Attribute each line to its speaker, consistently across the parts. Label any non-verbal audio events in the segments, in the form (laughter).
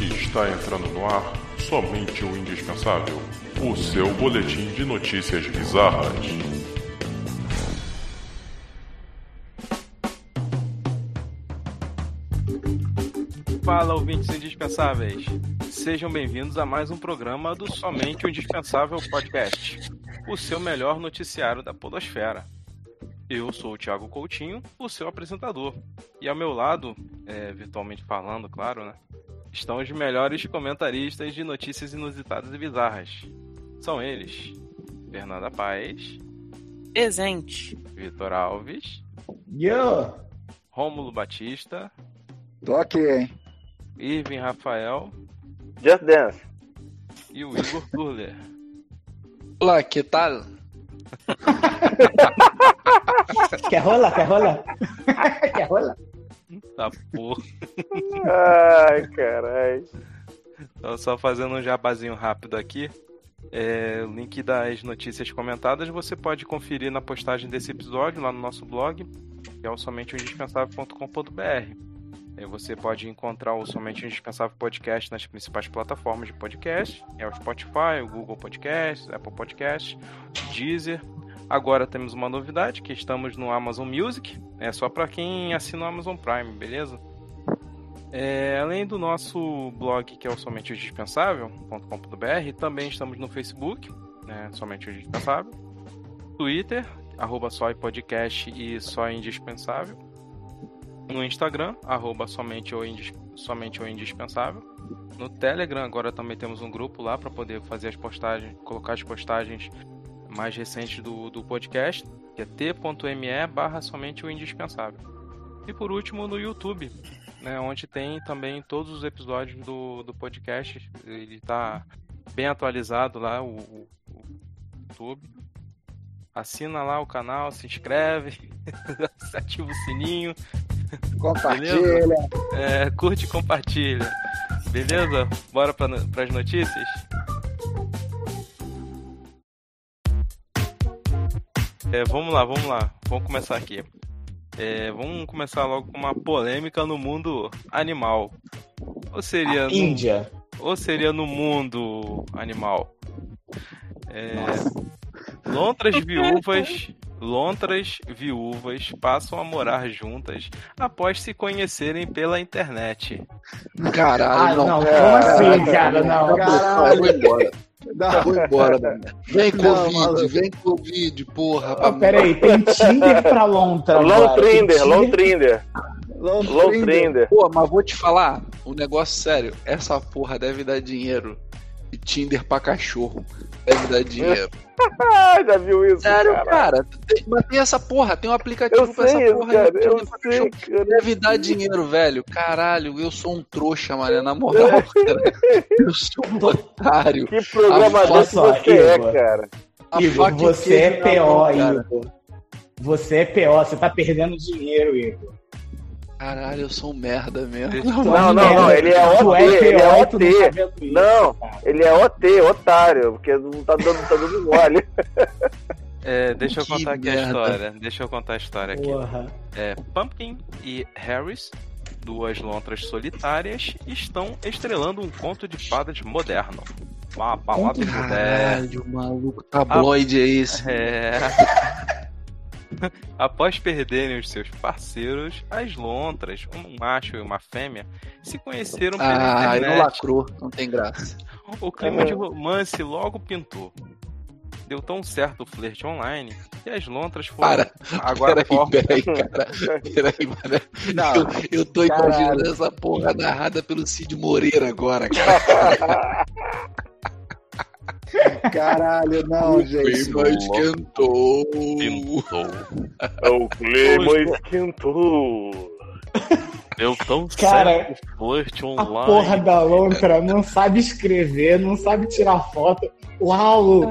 Speaker 1: Está entrando no ar somente o indispensável o seu boletim de notícias bizarras.
Speaker 2: Fala, ouvintes indispensáveis. Sejam bem-vindos a mais um programa do Somente o Indispensável Podcast, o seu melhor noticiário da podosfera. Eu sou o Thiago Coutinho, o seu apresentador. E ao meu lado, é, virtualmente falando, claro, né? Estão os melhores comentaristas de notícias inusitadas e bizarras. São eles: Fernanda Paz,
Speaker 3: Presente.
Speaker 2: Vitor Alves,
Speaker 4: Yo!
Speaker 2: Rômulo Batista,
Speaker 4: Tô aqui, hein?
Speaker 2: Irving Rafael
Speaker 5: Just Dance.
Speaker 2: e o Igor
Speaker 5: (laughs)
Speaker 2: Turler.
Speaker 6: Olá, que tal?
Speaker 4: Quer rola? Quer rola? Quer rola?
Speaker 2: Tá porra.
Speaker 5: Ai, caralho.
Speaker 2: Então, só fazendo um jabazinho rápido aqui. É, o link das notícias comentadas você pode conferir na postagem desse episódio lá no nosso blog, que é o somenteindispensável.com.br. Aí Você pode encontrar o Somente o Indispensável Podcast nas principais plataformas de podcast. É o Spotify, o Google Podcast, Apple Podcast, Deezer. Agora temos uma novidade, que estamos no Amazon Music. É só para quem assina o Amazon Prime, beleza? É, além do nosso blog, que é o somente o dispensável.com.br, também estamos no Facebook, né, somente o dispensável, Twitter, arroba só e podcast e só indispensável, no Instagram, arroba somente o, indis, somente o indispensável, no Telegram, agora também temos um grupo lá para poder fazer as postagens, colocar as postagens mais recentes do, do podcast, que é t.me barra somente o indispensável. E por último, no YouTube, né, onde tem também todos os episódios do, do podcast. Ele tá bem atualizado lá, o, o- o YouTube. Assina lá o canal, se inscreve, (laughs) ativa o sininho,
Speaker 4: Compartilha.
Speaker 2: é, curte e compartilha. Beleza? Bora para as notícias? É, vamos lá, vamos lá. Vamos começar aqui. É, vamos começar logo com uma polêmica no mundo animal. Ou
Speaker 7: Ah,
Speaker 2: seria, no,
Speaker 4: Índia.
Speaker 2: ou seria no mundo animal? É,
Speaker 6: (laughs)
Speaker 2: lontras viúvas. Lontras viúvas passam a morar juntas após se conhecerem pela internet.
Speaker 6: Caralho,
Speaker 7: Ah, não,
Speaker 6: não.
Speaker 7: como assim, cara? Não.
Speaker 6: Caralho, vou embora.
Speaker 4: Não,
Speaker 6: Vou embora, mano. Vem
Speaker 4: Não,
Speaker 6: Covid,
Speaker 4: maluco.
Speaker 6: vem Covid, porra.
Speaker 7: Ó, pera aí, tem Tinder pra Lontra.
Speaker 5: Low
Speaker 7: agora, tem
Speaker 5: Trinder, Low
Speaker 7: Tinder-
Speaker 5: Trinder. Low Trinder.
Speaker 6: Pô, mas vou te falar um negócio sério. Essa porra deve dar dinheiro. E Tinder pra cachorro. Deve dar dinheiro.
Speaker 5: Ah, já viu isso?
Speaker 6: Sério,
Speaker 5: cara?
Speaker 6: cara. Tem- Mas tem essa porra, tem um aplicativo
Speaker 5: Eu
Speaker 6: pra essa
Speaker 5: sei isso,
Speaker 6: porra.
Speaker 5: cara.
Speaker 6: de
Speaker 5: Eu
Speaker 6: Tinder pra
Speaker 5: sei,
Speaker 6: cachorro.
Speaker 5: cara.
Speaker 6: Deve dar dinheiro, velho. Caralho, eu sou um trouxa, mané. Na moral,
Speaker 5: É.
Speaker 6: cara. Eu sou um otário.
Speaker 5: Que programador
Speaker 7: Olha
Speaker 5: que
Speaker 6: Ah,
Speaker 7: só,
Speaker 5: você é,
Speaker 7: Igor.
Speaker 5: cara.
Speaker 6: A
Speaker 7: Igor,
Speaker 6: faca e o
Speaker 7: você é
Speaker 6: queijo na mão,
Speaker 7: PO,
Speaker 6: cara.
Speaker 7: Igor. Você é PO, você tá perdendo dinheiro, Igor.
Speaker 6: Caralho, eu sou um merda mesmo.
Speaker 7: Tu
Speaker 5: Não,
Speaker 7: é
Speaker 5: não,
Speaker 7: merda.
Speaker 5: não, ele é
Speaker 7: Tu é PO,
Speaker 5: OT, ele é
Speaker 7: e tu não tá
Speaker 5: OT.
Speaker 7: vendo isso,
Speaker 5: Não.
Speaker 7: cara.
Speaker 5: Ele é OT, otário, porque não tá dando, tá dando mole.
Speaker 2: É, deixa eu
Speaker 6: Que
Speaker 2: contar aqui a
Speaker 6: merda.
Speaker 2: história. Deixa eu contar a história aqui.
Speaker 7: Porra.
Speaker 2: É, Pumpkin e Harris, duas lontras solitárias, estão estrelando um conto de fadas moderno. Uma balada moderna.
Speaker 6: Caralho, maluco tabloide é esse.
Speaker 2: É. (laughs) Após perderem os seus parceiros, as lontras, um macho e uma fêmea, se conheceram pela
Speaker 6: Ah, ele
Speaker 2: é internet.
Speaker 6: lacrou, não tem graça.
Speaker 2: O clima de romance logo pintou. Deu tão certo o flerte online que as lontras foram
Speaker 6: Para,
Speaker 2: agora
Speaker 6: peraí,
Speaker 2: formam
Speaker 6: peraí, cara. Peraí, mano. É
Speaker 8: Ah, (laughs)
Speaker 4: Não.
Speaker 6: Eu, eu tô
Speaker 4: Caralho.
Speaker 6: imaginando essa porra narrada pelo Cid Moreira agora, cara.
Speaker 4: Caralho, não,
Speaker 6: o
Speaker 4: gente.
Speaker 8: é
Speaker 6: clima esquentou.
Speaker 5: O clima esquentou.
Speaker 9: Eu tão
Speaker 7: Cara,
Speaker 9: certo flirt
Speaker 7: A
Speaker 9: online.
Speaker 7: porra da Lontra não sabe escrever, não sabe tirar foto. Uau!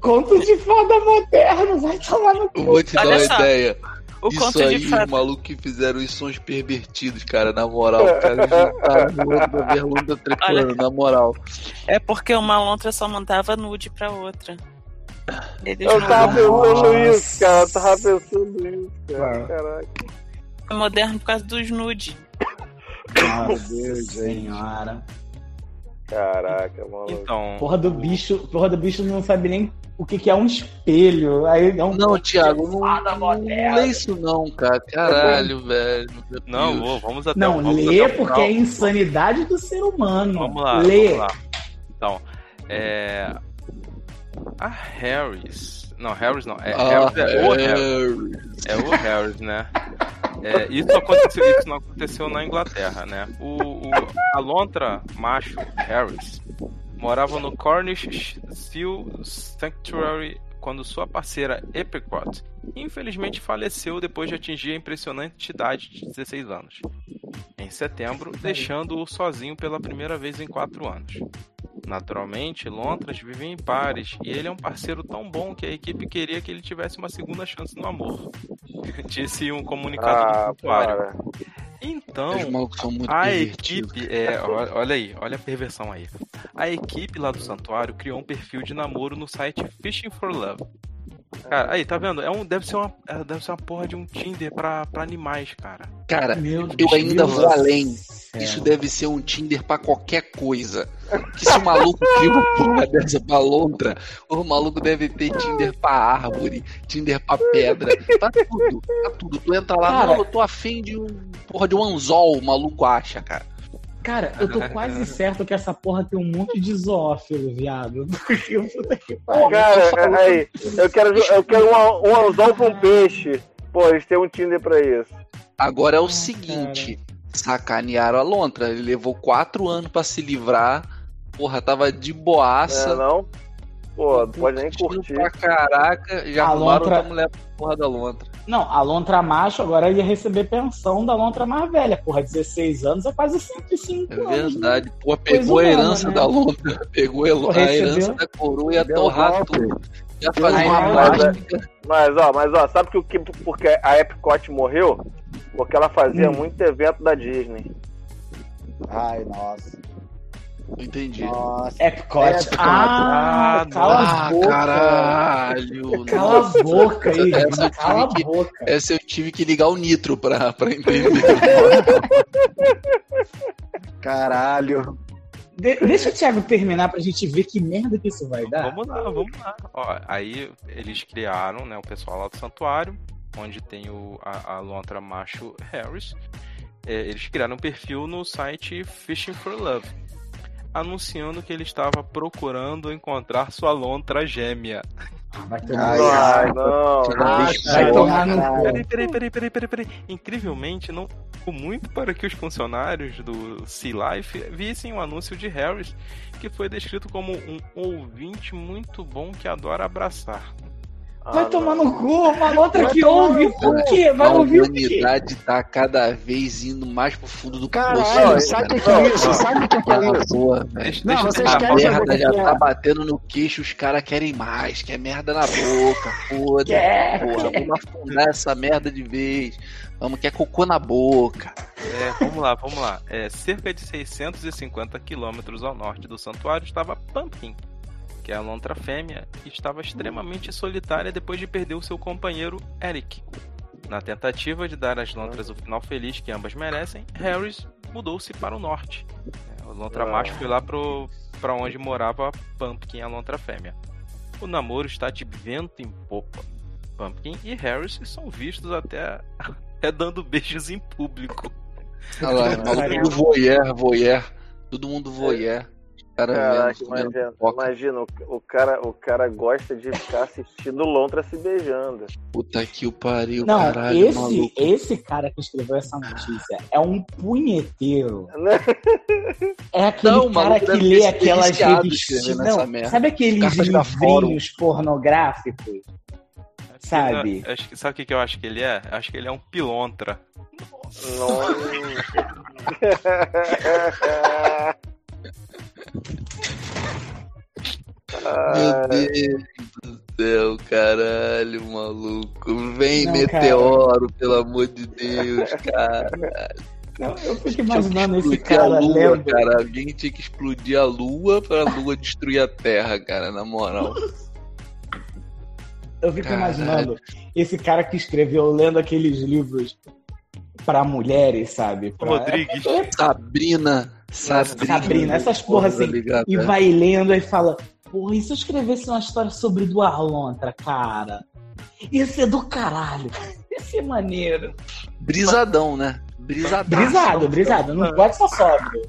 Speaker 7: Conto de fada moderno, vai tomar no
Speaker 6: Eu
Speaker 7: cu.
Speaker 6: vou te dar
Speaker 3: Olha
Speaker 6: uma
Speaker 3: só,
Speaker 6: ideia.
Speaker 3: O
Speaker 6: Isso
Speaker 3: conto
Speaker 6: aí,
Speaker 3: de
Speaker 6: os
Speaker 3: fada.
Speaker 6: malucos que fizeram isso são os pervertidos, cara, na moral. Os caras juntaram no outro da bermuda tricolando, na moral.
Speaker 3: É porque uma lontra só mandava nude pra outra. Eles
Speaker 5: Eu
Speaker 3: não
Speaker 5: tava pensando isso,
Speaker 7: Nossa.
Speaker 5: cara. Eu tava pensando isso, cara. Caraca.
Speaker 3: é moderno por causa dos nude.
Speaker 7: Nossa senhora.
Speaker 5: Caraca, maluco.
Speaker 2: Então,
Speaker 7: Porra do bicho, porra do bicho não sabe nem o que, que é um espelho. Aí é um
Speaker 6: Não, Thiago, não,
Speaker 7: Fada
Speaker 6: não
Speaker 7: moderna.
Speaker 6: lê isso não, cara. Caralho, velho. meu
Speaker 9: Não,
Speaker 6: Deus.
Speaker 9: vou, vamos até
Speaker 7: Não,
Speaker 9: vamos
Speaker 7: lê
Speaker 9: até o
Speaker 7: porque
Speaker 9: final.
Speaker 7: é insanidade do ser humano.
Speaker 9: Vamos lá,
Speaker 7: lê.
Speaker 9: vamos lá.
Speaker 2: então é... A Harris... Não, Harris não. É,
Speaker 6: Ah,
Speaker 2: Harris é, o Harris.
Speaker 6: é,
Speaker 2: É o Harris, né? É, isso, aconteceu, isso não aconteceu na Inglaterra, né? O, o Alontra macho Harris morava no Cornish Seal Sanctuary quando sua parceira Epicot infelizmente faleceu depois de atingir a impressionante idade de 16 anos. Em setembro, deixando-o sozinho pela primeira vez em quatro anos. Naturalmente, Lontras vivia em pares e ele é um parceiro tão bom que a equipe queria que ele tivesse uma segunda chance no amor. (laughs) Disse um comunicado do
Speaker 5: Ah,
Speaker 2: santuário.
Speaker 5: para.
Speaker 2: Então,
Speaker 6: Os malucos são muito
Speaker 2: a
Speaker 6: divertidos.
Speaker 2: equipe, é, ó- olha aí, olha a perversão aí. A equipe lá do santuário criou um perfil de namoro no site Fishing for Love. Cara, aí, tá vendo? É um, deve, ser uma, é, deve ser uma porra de um Tinder pra, pra animais, cara.
Speaker 6: Cara,
Speaker 7: Meu
Speaker 6: eu ainda
Speaker 7: Deus
Speaker 6: vou
Speaker 7: do
Speaker 6: além.
Speaker 7: céu.
Speaker 6: Isso deve ser um Tinder pra qualquer coisa. Que se o maluco cria uma porra dessa pra lontra, o maluco deve ter Tinder pra árvore, Tinder pra pedra, pra tudo, pra tudo. Tu entra lá,
Speaker 7: Cara.
Speaker 6: não, eu tô afim de um porra de um anzol, o maluco acha, cara.
Speaker 7: Cara, eu tô quase certo que essa porra tem um monte de zoófilo, viado. (laughs) Porque eu- puta que pariu.
Speaker 5: Cara, aí, eu quero, eu quero um, um anzol com peixe. Pô, eles têm um Tinder pra isso.
Speaker 6: Agora é o seguinte, sacanearam a lontra, ele levou quatro anos pra se livrar, porra, tava de
Speaker 5: Não é
Speaker 6: boaça.
Speaker 5: não? Pô, não pode nem
Speaker 6: curtindo
Speaker 5: curtir.
Speaker 6: Pra caraca, já
Speaker 7: A
Speaker 6: arrumaram
Speaker 7: lontra-
Speaker 6: outra mulher pra porra da lontra.
Speaker 7: Não, a lontra macho agora ia receber pensão da lontra mais velha. Porra, 16 anos é quase 105
Speaker 6: É
Speaker 7: anos. né?
Speaker 6: verdade. Pô, pegou a
Speaker 7: humana,
Speaker 6: herança
Speaker 7: né?
Speaker 6: da lontra, (laughs) pegou a
Speaker 7: Pô, recebeu.
Speaker 6: herança da coroa e ia
Speaker 5: Deu
Speaker 8: um
Speaker 6: torrar
Speaker 5: golpe.
Speaker 6: tudo. Ia
Speaker 7: Deu
Speaker 6: fazer uma
Speaker 7: golpe.
Speaker 6: plástica.
Speaker 5: Mas ó, mas ó, sabe que o que porque a Epcot morreu? Porque ela fazia muito evento da Disney.
Speaker 8: Ai, nossa.
Speaker 6: Não entendi.
Speaker 8: Nossa.
Speaker 7: Epcot.
Speaker 8: Epcot.
Speaker 7: Ah,
Speaker 2: Ah,
Speaker 7: cala a boca.
Speaker 6: caralho.
Speaker 7: Cala a boca,
Speaker 6: Essa-
Speaker 7: Igor.
Speaker 6: essa eu
Speaker 7: Cala
Speaker 6: tive
Speaker 7: a boca.
Speaker 6: Essa eu tive que ligar o nitro pra, pra entender.
Speaker 7: (laughs)
Speaker 8: Caralho.
Speaker 7: De- deixa o Thiago terminar pra gente ver que merda que isso vai dar.
Speaker 2: Vamos lá, vamos lá. Ó, aí eles criaram, né, o pessoal lá do santuário, onde tem o, a, a lontra macho Harris. É, eles criaram um perfil no site Fishing for Love, anunciando que ele estava procurando encontrar sua lontra gêmea.
Speaker 7: Ah, vai
Speaker 8: Ai,
Speaker 7: tomar.
Speaker 5: Ah,
Speaker 8: ai.
Speaker 5: não.
Speaker 8: Ah,
Speaker 7: Vai
Speaker 8: ai,
Speaker 7: tomar
Speaker 8: caralho.
Speaker 7: no
Speaker 2: Peraí,
Speaker 7: cu.
Speaker 2: peraí, peraí, peraí, peraí, peraí. Incrivelmente, não ficou muito para que os funcionários do Sea Life vissem o anúncio de Harris, que foi descrito como um ouvinte muito bom que adora abraçar.
Speaker 5: Ah,
Speaker 7: Vai
Speaker 5: não.
Speaker 7: tomar no cu, uma lontra
Speaker 8: Vai
Speaker 7: que
Speaker 8: tomar
Speaker 7: ouve. O quê? Vai
Speaker 6: a
Speaker 7: ouvir o quê?
Speaker 6: humanidade tá cada vez indo mais pro fundo do
Speaker 8: Caralho,
Speaker 6: poço,
Speaker 8: sabe o que
Speaker 6: cara.
Speaker 8: é isso? Sabe o que é
Speaker 6: Porra,
Speaker 8: isso?
Speaker 6: boa, velho.
Speaker 2: Deixa-
Speaker 8: Não,
Speaker 2: deixa eu
Speaker 8: vocês
Speaker 2: terminar. Ah,
Speaker 8: querem
Speaker 6: A merda já
Speaker 8: saber o que
Speaker 6: tá
Speaker 8: é?
Speaker 6: batendo no queixo, os caras querem mais, quer merda na boca, foda-se.
Speaker 7: Quer?
Speaker 6: Porra, vamos afundar essa merda de vez. Vamos, quer cocô na boca.
Speaker 2: É, vamos lá, vamos lá. É, cerca de 650 quilômetros ao norte do santuário estava Pumpkin, que é a lontra fêmea, que estava extremamente solitária depois de perder o seu companheiro Eric. Na tentativa de dar às lontras o final feliz que ambas merecem, Harris mudou-se para o norte. É, O lontra macho foi lá pro, pra onde morava Pumpkin, a lontra fêmea. O namoro está de vento em popa. Pumpkin e Harris são vistos até, (laughs) até dando beijos em público.
Speaker 6: Olha lá, maluco,
Speaker 7: Caralho.
Speaker 6: tudo voyeur, voyeur. Todo mundo voyeur. Cara,
Speaker 5: Caraca,
Speaker 6: vendo, comendo
Speaker 5: imagina,
Speaker 6: pipoca.
Speaker 5: imagina, o, o cara, o cara gosta de ficar assistindo Lontra se beijando.
Speaker 6: Puta que o pariu,
Speaker 7: Não,
Speaker 6: caralho,
Speaker 7: esse, é-
Speaker 6: maluco.
Speaker 7: esse cara que escreveu essa notícia é um punheteiro. É aquele
Speaker 6: Né? Não, o
Speaker 7: cara
Speaker 6: maluco
Speaker 7: que
Speaker 6: deve
Speaker 7: lê
Speaker 6: ter
Speaker 7: aquelas
Speaker 6: deliciado escrevendo
Speaker 7: revistinhas.
Speaker 6: essa
Speaker 7: Não,
Speaker 6: merda.
Speaker 7: Sabe aqueles
Speaker 6: Cartas da
Speaker 7: livrinhos pornográficos? Sabe?
Speaker 2: Eu acho que- sabe o que que eu acho que ele é? Eu acho que ele é um pilontra.
Speaker 5: Nossa.
Speaker 6: Meu Deus do céu, caralho, maluco. Vem,
Speaker 7: Não,
Speaker 6: meteoro, pelo amor de Deus, cara.
Speaker 7: Não, eu fico
Speaker 6: Tinha que
Speaker 7: imaginando esse
Speaker 6: explodir a
Speaker 7: cara
Speaker 6: lua,
Speaker 7: lendo.
Speaker 6: cara. Alguém tinha que explodir a lua pra lua destruir a terra, cara,
Speaker 7: (laughs)
Speaker 6: na moral.
Speaker 7: Eu fico
Speaker 6: Caralho.
Speaker 7: imaginando esse cara que escreveu lendo aqueles livros pra mulheres, sabe? Pra... (laughs)
Speaker 2: Rodrigues.
Speaker 6: Sabrina, Sabrina.
Speaker 7: Sabrina, essas porra assim,
Speaker 6: tá ligado?
Speaker 7: E vai lendo e fala: Porra, e se eu escrevesse uma história sobre do Alontra, cara? Ia ser do caralho. Ia ser maneiro.
Speaker 6: Brisadão, né? Brisadão.
Speaker 7: Brisado, brisado. Não pode só sóbrio.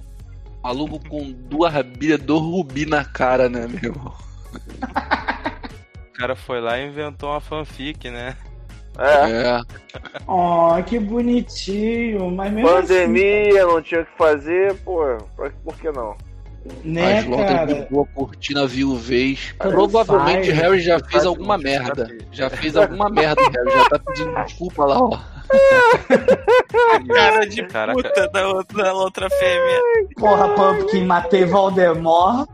Speaker 6: Maluco com duas bilhas do rubi na cara, né, meu?
Speaker 2: O cara foi lá e inventou uma fanfic, né?
Speaker 8: (laughs)
Speaker 5: É.
Speaker 6: É.
Speaker 7: Oh, que bonitinho. Mas mesmo
Speaker 5: Pandemia, não tinha o que fazer, pô. pra- Por que não? (laughs)
Speaker 7: assim, né,
Speaker 6: As Lontas
Speaker 7: cara?
Speaker 6: ligou a cortina viuvez.
Speaker 7: Tanto
Speaker 6: Provavelmente
Speaker 7: faz.
Speaker 6: Harry já fez
Speaker 2: Faz
Speaker 6: alguma
Speaker 2: muito,
Speaker 6: merda.
Speaker 2: sabe?
Speaker 6: Já fez alguma merda, Harry. Já tá pedindo desculpa lá, ó.
Speaker 3: Cara de
Speaker 2: Caraca.
Speaker 3: puta da outra, da outra fêmea.
Speaker 7: Porra, Pumpkin, matei
Speaker 5: (laughs)
Speaker 7: Valdemort.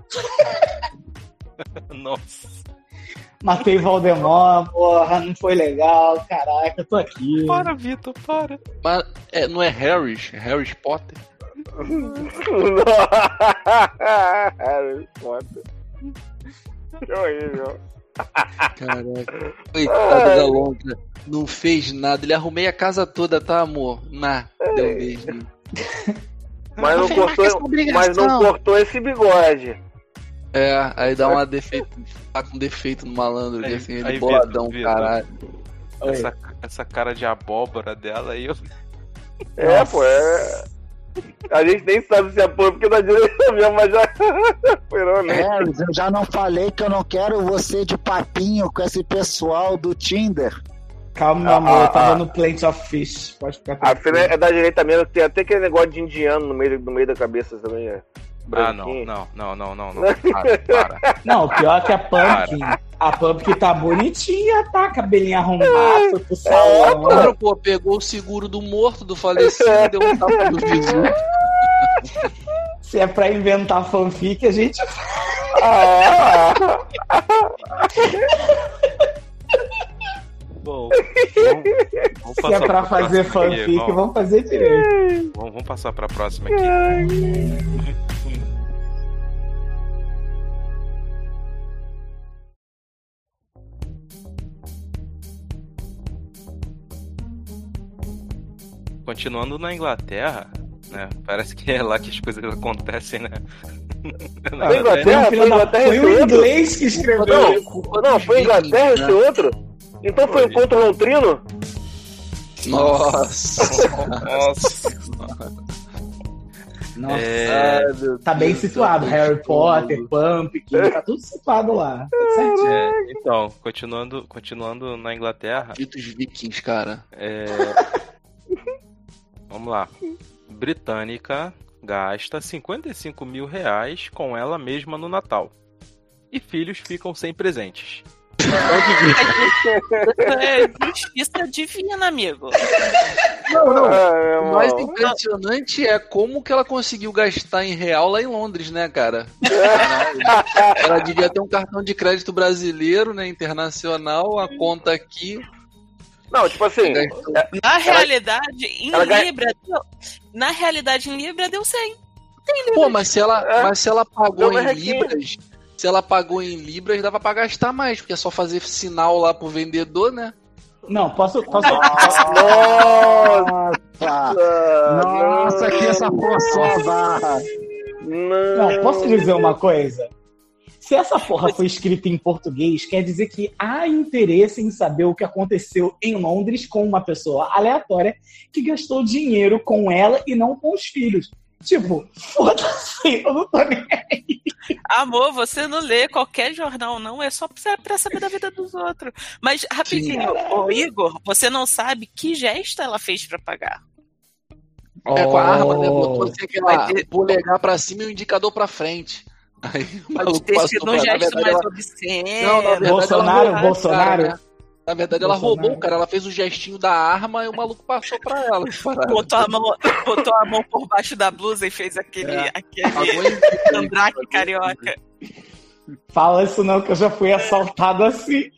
Speaker 2: Nossa.
Speaker 7: Matei Valdemort, porra, não foi legal. Caraca, eu tô aqui.
Speaker 2: Para, Vitor, para.
Speaker 6: Mas é, não é Harris? É Harris Potter?
Speaker 5: Harry Potter. Que É horrível.
Speaker 6: Caraca. Coitado da Lontra. Não fez nada. Ele arrumei a casa toda, tá, amor? Na, deu um beijinho.
Speaker 5: Mas não,
Speaker 6: Você marca essa
Speaker 5: cortou, mas não
Speaker 6: obrigação.
Speaker 5: cortou esse bigode.
Speaker 6: É, aí dá uma defeito. Tá com defeito no malandro.
Speaker 2: Aí-
Speaker 6: assim, ele
Speaker 2: aí,
Speaker 6: boladão,
Speaker 2: Vitor, Vitor.
Speaker 6: caralho.
Speaker 7: Oi.
Speaker 2: Essa, essa cara de abóbora dela aí, eu Ah,
Speaker 5: É, pô, é. A gente nem sabe se é pô, porque não adianta (laughs) mesmo, mas já. Foi né?
Speaker 8: Harris, É, eu já não falei que eu não quero você de papinho com esse pessoal do Tinder.
Speaker 7: Calma, meu
Speaker 5: Ah,
Speaker 7: amor,
Speaker 5: ah,
Speaker 7: eu tava
Speaker 5: ah.
Speaker 7: no Plant of Fish. Pode ficar
Speaker 5: A
Speaker 7: tranquilo.
Speaker 5: filha é da direita mesmo, tem até aquele negócio de indiano no meio, no meio da cabeça também. É.
Speaker 2: Ah, não,
Speaker 5: Branquinho.
Speaker 2: não, não, não, não,
Speaker 7: (laughs)
Speaker 2: não. Para, para.
Speaker 7: Não, o pior é que a Pumpkin. A Pumpkin tá bonitinha, tá? Cabelinho arrumado,
Speaker 5: É,
Speaker 7: foi pro salão.
Speaker 6: Claro, pô, pegou o seguro do morto, do
Speaker 5: É.
Speaker 6: falecido, deu um tapa
Speaker 5: (laughs)
Speaker 6: no visu.
Speaker 7: Se é pra inventar fanfic, a gente.
Speaker 5: Ah,
Speaker 2: Bom, vamos, vamos
Speaker 7: Se é pra fazer
Speaker 2: próxima aqui,
Speaker 7: fanfic,
Speaker 2: vamos,
Speaker 7: vamos fazer direito.
Speaker 2: vamos, vamos passar pra próxima aqui. (laughs) Continuando na Inglaterra, né? Parece que é lá que as coisas acontecem, né? (laughs) Na
Speaker 5: Foi
Speaker 7: Foi um
Speaker 5: Inglaterra?
Speaker 7: filho
Speaker 5: Foi
Speaker 7: da-
Speaker 5: Inglaterra
Speaker 7: Foi
Speaker 5: esse
Speaker 7: o
Speaker 5: outro?
Speaker 7: inglês que escreveu.
Speaker 5: Não, não, foi Inglaterra esse outro? Então foi
Speaker 2: Foi.
Speaker 5: encontro Londrino?
Speaker 6: Nossa.
Speaker 2: Nossa,
Speaker 7: Nossa,
Speaker 2: é,
Speaker 7: tá bem situado. Harry Potter, Pumpkin, tá tudo situado lá. Tá certinho.
Speaker 2: é, então, continuando, continuando na Inglaterra,
Speaker 6: Ditos vikings, cara.
Speaker 2: Vamos lá. Britânica gasta 55 mil reais com ela mesma no Natal. E filhos ficam sem presentes.
Speaker 3: É justiça divina, amigo.
Speaker 6: Não, não.
Speaker 5: Ah, meu
Speaker 6: O mais
Speaker 5: irmão.
Speaker 6: impressionante é como que ela conseguiu gastar em real lá em Londres, né, cara?
Speaker 3: (laughs)
Speaker 6: ela devia ter um cartão de crédito brasileiro, né, internacional, a conta aqui.
Speaker 5: Não, tipo assim,
Speaker 6: gastou-
Speaker 3: Na realidade, em
Speaker 5: ela ganha-
Speaker 3: Libra. deu- Na realidade, em Libra deu 100.
Speaker 6: Pô, mas se ela,
Speaker 5: É.
Speaker 6: mas se ela
Speaker 5: Deu
Speaker 6: pagou
Speaker 5: uma
Speaker 6: em
Speaker 5: requinha.
Speaker 6: libras, se ela pagou em libras, dava pra gastar mais, porque é só fazer sinal lá pro vendedor, né?
Speaker 7: Não, posso. posso...
Speaker 8: Nossa!
Speaker 5: Nossa,
Speaker 8: Nossa, que essa forçosa!
Speaker 7: Não,
Speaker 5: Não,
Speaker 7: posso te dizer uma coisa? Se essa porra foi escrita em português, quer dizer que há interesse em saber o que aconteceu em Londres com uma pessoa aleatória que gastou dinheiro com ela e não com os filhos. Tipo, foda-se, eu não tô nem.
Speaker 3: Amor, você não lê qualquer jornal, não. É só pra pra saber da vida dos outros. Mas, rapidinho, ô, Igor, você não sabe que gesto ela fez pra pagar.
Speaker 6: É com a arma, né?
Speaker 7: Oh.
Speaker 6: Botou assim aquela polegar pra cima e o indicador pra frente. Aí o
Speaker 3: Pode
Speaker 6: maluco
Speaker 3: ter
Speaker 6: passou
Speaker 3: sido
Speaker 6: pra-
Speaker 3: um
Speaker 6: na
Speaker 3: gesto
Speaker 6: verdade,
Speaker 3: mais
Speaker 6: ela-
Speaker 3: obsceno.
Speaker 6: Não, É, na verdade,
Speaker 7: Bolsonaro,
Speaker 6: ela roubou o
Speaker 7: Bolsonaro.
Speaker 6: cara, né? Na verdade, ela
Speaker 7: Bolsonaro.
Speaker 6: roubou o cara. Ela fez o gestinho da arma e o maluco (laughs) passou pra ela. que parada.
Speaker 3: Botou a, mão, botou a mão por baixo da blusa e fez aquele,
Speaker 6: É.
Speaker 3: aquele
Speaker 6: Pagou em vida, né?
Speaker 3: andraque carioca.
Speaker 7: Fala isso não, que eu já fui assaltado assim.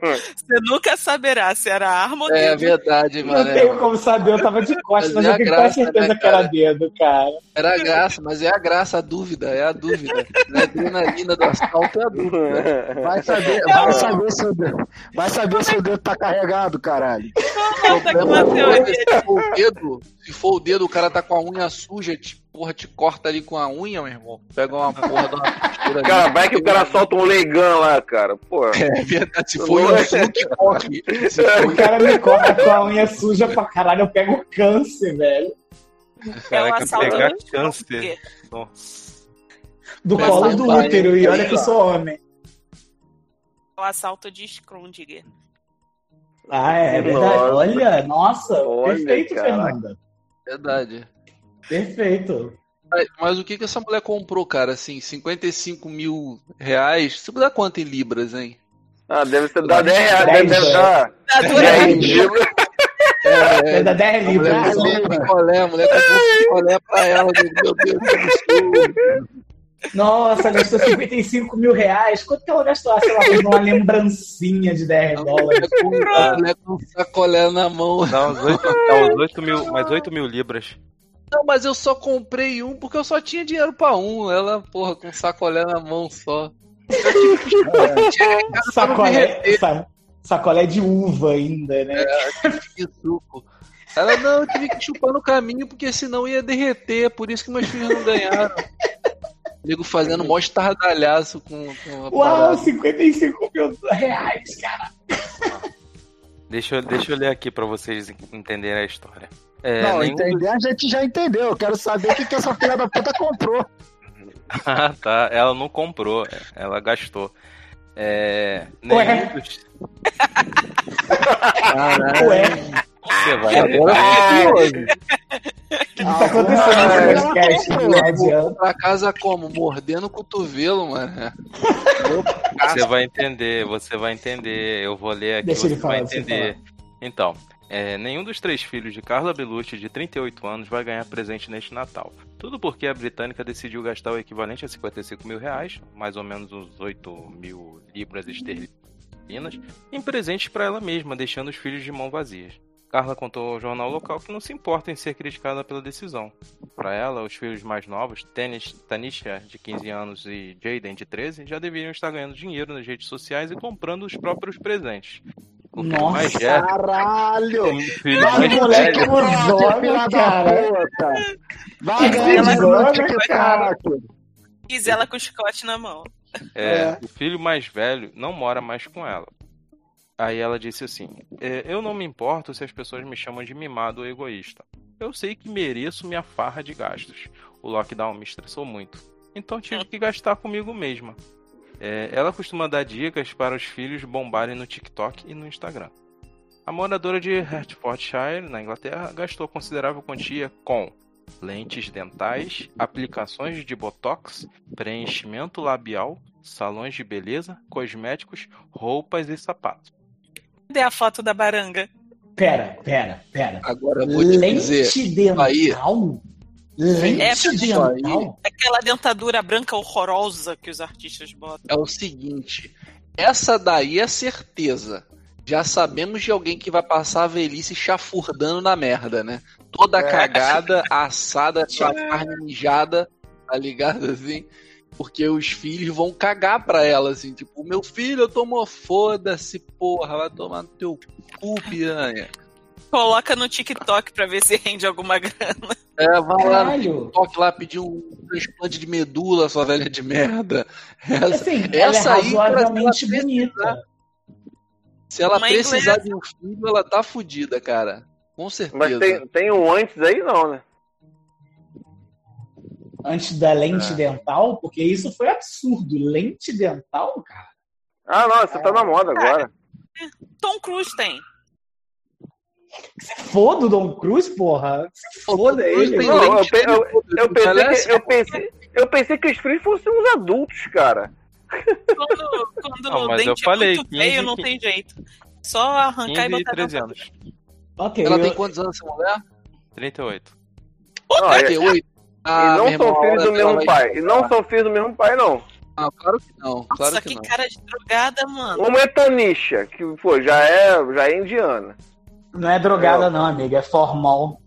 Speaker 3: Você nunca saberá se era arma ou
Speaker 6: É
Speaker 3: dedo.
Speaker 6: verdade,
Speaker 7: Não
Speaker 6: mano. é.
Speaker 7: tenho como saber, eu tava de costas, mas
Speaker 6: Mas é
Speaker 7: eu
Speaker 6: a
Speaker 7: tenho
Speaker 6: graça,
Speaker 7: quase certeza
Speaker 6: né,
Speaker 7: que era
Speaker 6: cara?
Speaker 7: dedo, cara.
Speaker 6: Era a graça, mas é a graça, a dúvida, é a dúvida. A adrenalina do assalto é a dúvida.
Speaker 8: Vai saber, vai saber se o dedo, vai saber se o dedo tá carregado, caralho.
Speaker 6: né, é
Speaker 3: Não, tá com o Matheus.
Speaker 6: O dedo Se for o dedo, o cara tá com a unha suja, te, porra, te corta ali com a unha, meu irmão. Pega uma porra de uma costura ali.
Speaker 5: Cara, vai que o cara solta um leigão lá, cara. Pô.
Speaker 6: É verdade, se for o Yansu que corre. Se for
Speaker 5: É.
Speaker 7: O cara me corta com a unha suja pra caralho, eu pego câncer, velho.
Speaker 3: É um
Speaker 2: Caraca,
Speaker 3: assalto
Speaker 2: pegar
Speaker 3: no
Speaker 2: câncer.
Speaker 3: porque-
Speaker 7: Do
Speaker 6: Mas
Speaker 7: colo
Speaker 6: não
Speaker 7: do
Speaker 6: vai,
Speaker 7: útero, e
Speaker 6: não
Speaker 7: olha que eu
Speaker 6: vai.
Speaker 7: sou homem.
Speaker 3: É um assalto de Scrundiger.
Speaker 6: É.
Speaker 7: Ah, é verdade.
Speaker 5: Nossa.
Speaker 7: Olha, nossa,
Speaker 5: Olha,
Speaker 7: perfeito,
Speaker 5: cara.
Speaker 7: Fernanda.
Speaker 6: É verdade.
Speaker 7: Perfeito.
Speaker 6: Mas, mas o que que essa mulher comprou, cara? Assim, 55 mil reais? Você dá quanto em libras, hein?
Speaker 5: Ah, deve ser dar 10 reais,
Speaker 7: Dez,
Speaker 5: deve deve
Speaker 7: é.
Speaker 5: dar
Speaker 3: Na dura-
Speaker 5: 10 libras.
Speaker 7: É da 10
Speaker 6: A mulher
Speaker 7: libras.
Speaker 6: comprou um picolé, a mulher comprou um picolé pra ela. Meu Deus do céu.
Speaker 7: Nossa, gastou 55 mil reais. Quanto que ela gastou? Ah, Sei lá, fez uma lembrancinha de 10
Speaker 6: A
Speaker 7: dólares.
Speaker 6: mulher com- a mulher com um sacolé na mão.
Speaker 2: Dá uns 8, dá uns 8 mil, mais 8 mil libras.
Speaker 6: Não, mas eu só comprei um porque eu só tinha dinheiro pra um. Ela, porra, com sacolé na mão só.
Speaker 7: Sacolé, sa- sacolé de uva ainda, né?
Speaker 6: Que suco. Ela, não, eu tive que chupar no caminho porque senão ia derreter. Por isso que meus filhos não ganharam. Nego fazendo mó estardalhaço com, com a
Speaker 7: Uau,
Speaker 6: parada.
Speaker 7: 55 mil reais, cara.
Speaker 2: Deixa eu, deixa eu ler aqui pra vocês entenderem a história. É,
Speaker 8: não,
Speaker 2: nenhum dos-
Speaker 8: entender a gente já entendeu. Eu quero saber o que, que essa filha da puta comprou.
Speaker 2: (laughs) Ah, tá. Ela não comprou, ela gastou. É.
Speaker 7: Ué.
Speaker 2: Nenhum dos...
Speaker 8: É,
Speaker 7: Ué,
Speaker 2: Você vai
Speaker 6: Agora eu fiquei curioso.
Speaker 7: o que tá acontecendo
Speaker 8: é.
Speaker 7: nesse podcast? Não adianta.
Speaker 6: Vou pra casa como? Mordendo o cotovelo, mano.
Speaker 2: Você vai entender, você vai entender. Eu vou ler aqui,
Speaker 7: Deixa
Speaker 2: você
Speaker 7: ele falar,
Speaker 2: vai
Speaker 7: deixa ele
Speaker 2: entender. Então, é, nenhum dos três filhos de Carla Belucci, de 38 anos, vai ganhar presente neste Natal. Tudo porque a britânica decidiu gastar o equivalente a 55 mil reais, mais ou menos uns 8 mil libras esterlinas, em presentes para ela mesma, deixando os filhos de mão vazias. Carla contou ao jornal local que não se importa em ser criticada pela decisão. Para ela, os filhos mais novos, Tanis- Tanisha, de 15 anos, e Jaden, de 13, já deveriam estar ganhando dinheiro nas redes sociais e comprando os próprios presentes. O filho
Speaker 7: Nossa.
Speaker 2: mais velho-
Speaker 8: Caralho!
Speaker 2: o filho
Speaker 7: Mas
Speaker 2: mais
Speaker 7: o moleque
Speaker 2: velho-
Speaker 7: usou, cara.
Speaker 8: puta! Vai
Speaker 7: ganhar
Speaker 8: ganhar
Speaker 7: dinheiro no
Speaker 8: no TikTok!
Speaker 3: Diz ela com o chicote na mão.
Speaker 2: É,
Speaker 8: É.
Speaker 2: O filho mais velho não mora mais com ela. Aí ela disse assim: "É, Eu não me importo se as pessoas me chamam de mimado ou egoísta. Eu sei que mereço minha farra de gastos. O lockdown me estressou muito. Então tive que gastar comigo mesma. É, ela costuma dar dicas para os filhos bombarem no TikTok e no Instagram. A moradora de Hertfordshire, na Inglaterra, gastou considerável quantia com lentes dentais, aplicações de botox, preenchimento labial, salões de beleza, cosméticos, roupas e sapatos.
Speaker 3: Cadê a foto da baranga?
Speaker 7: Pera, pera, pera.
Speaker 6: Agora eu vou te dizer.
Speaker 7: Lente dental? Lente
Speaker 3: É,
Speaker 6: isso aí.
Speaker 7: dental?
Speaker 3: Aquela dentadura branca horrorosa que os artistas botam.
Speaker 6: é o seguinte: essa daí é certeza. Já sabemos de alguém que vai passar a velhice chafurdando na merda, né? Toda cagada, assada, sua carne mijada, tá ligado assim? Porque os filhos vão cagar pra ela, assim, tipo, meu filho, eu tomo foda-se, porra, vai tomar no teu cu, piranha.
Speaker 3: Coloca no TikTok pra ver se rende alguma grana.
Speaker 6: É, vai lá no
Speaker 7: Caralho.
Speaker 6: toque lá pedir um transplante de medula, sua velha de merda. (laughs) Essa,
Speaker 7: Assim, ela é
Speaker 6: essa aí, cara,
Speaker 7: razoavelmente
Speaker 6: ela né?
Speaker 7: bonita.
Speaker 6: Se ela
Speaker 3: Uma
Speaker 6: precisar
Speaker 3: é
Speaker 6: de um filho, ela tá fudida, cara. Com
Speaker 5: Mas
Speaker 6: certeza.
Speaker 5: tem, tem um antes aí não, né?
Speaker 7: Antes da lente dental, porque isso foi absurdo. Lente dental, cara?
Speaker 5: Ah, não, você tá na moda agora.
Speaker 3: Tom Cruise tem.
Speaker 7: Se foda o Dom Cruz, porra. Se foda ele.
Speaker 5: Não, eu, pe- eu- eu
Speaker 6: é
Speaker 5: pensei que, eu, pensei, eu pensei que os filhos fossem uns adultos, cara.
Speaker 3: Quando, quando
Speaker 2: Não,
Speaker 3: o
Speaker 2: Ah, mas
Speaker 3: dente
Speaker 2: eu falei,
Speaker 3: é muito feio,
Speaker 2: 15,
Speaker 3: não tem jeito. Só arrancar e
Speaker 2: 15 e
Speaker 3: botar
Speaker 2: 13
Speaker 3: dentro.
Speaker 2: anos.
Speaker 7: Ok,
Speaker 6: Ela
Speaker 7: eu-
Speaker 6: tem quantos anos essa mulher?
Speaker 2: 38.
Speaker 5: Não, é-
Speaker 6: 38.
Speaker 5: e
Speaker 6: Ah,
Speaker 5: não
Speaker 6: meu irmão,
Speaker 5: são
Speaker 6: a
Speaker 5: filhos
Speaker 6: hora
Speaker 5: do
Speaker 6: dela vai-
Speaker 5: mesmo pai. E não são filhos do mesmo pai, não.
Speaker 6: Ah, claro que não. Claro
Speaker 3: Nossa,
Speaker 6: que,
Speaker 3: que
Speaker 6: não.
Speaker 3: cara de drogada, mano.
Speaker 5: Uma é Tanisha, que pô, já é, já é indiana.
Speaker 7: Não é drogada, não, amiga. É formal.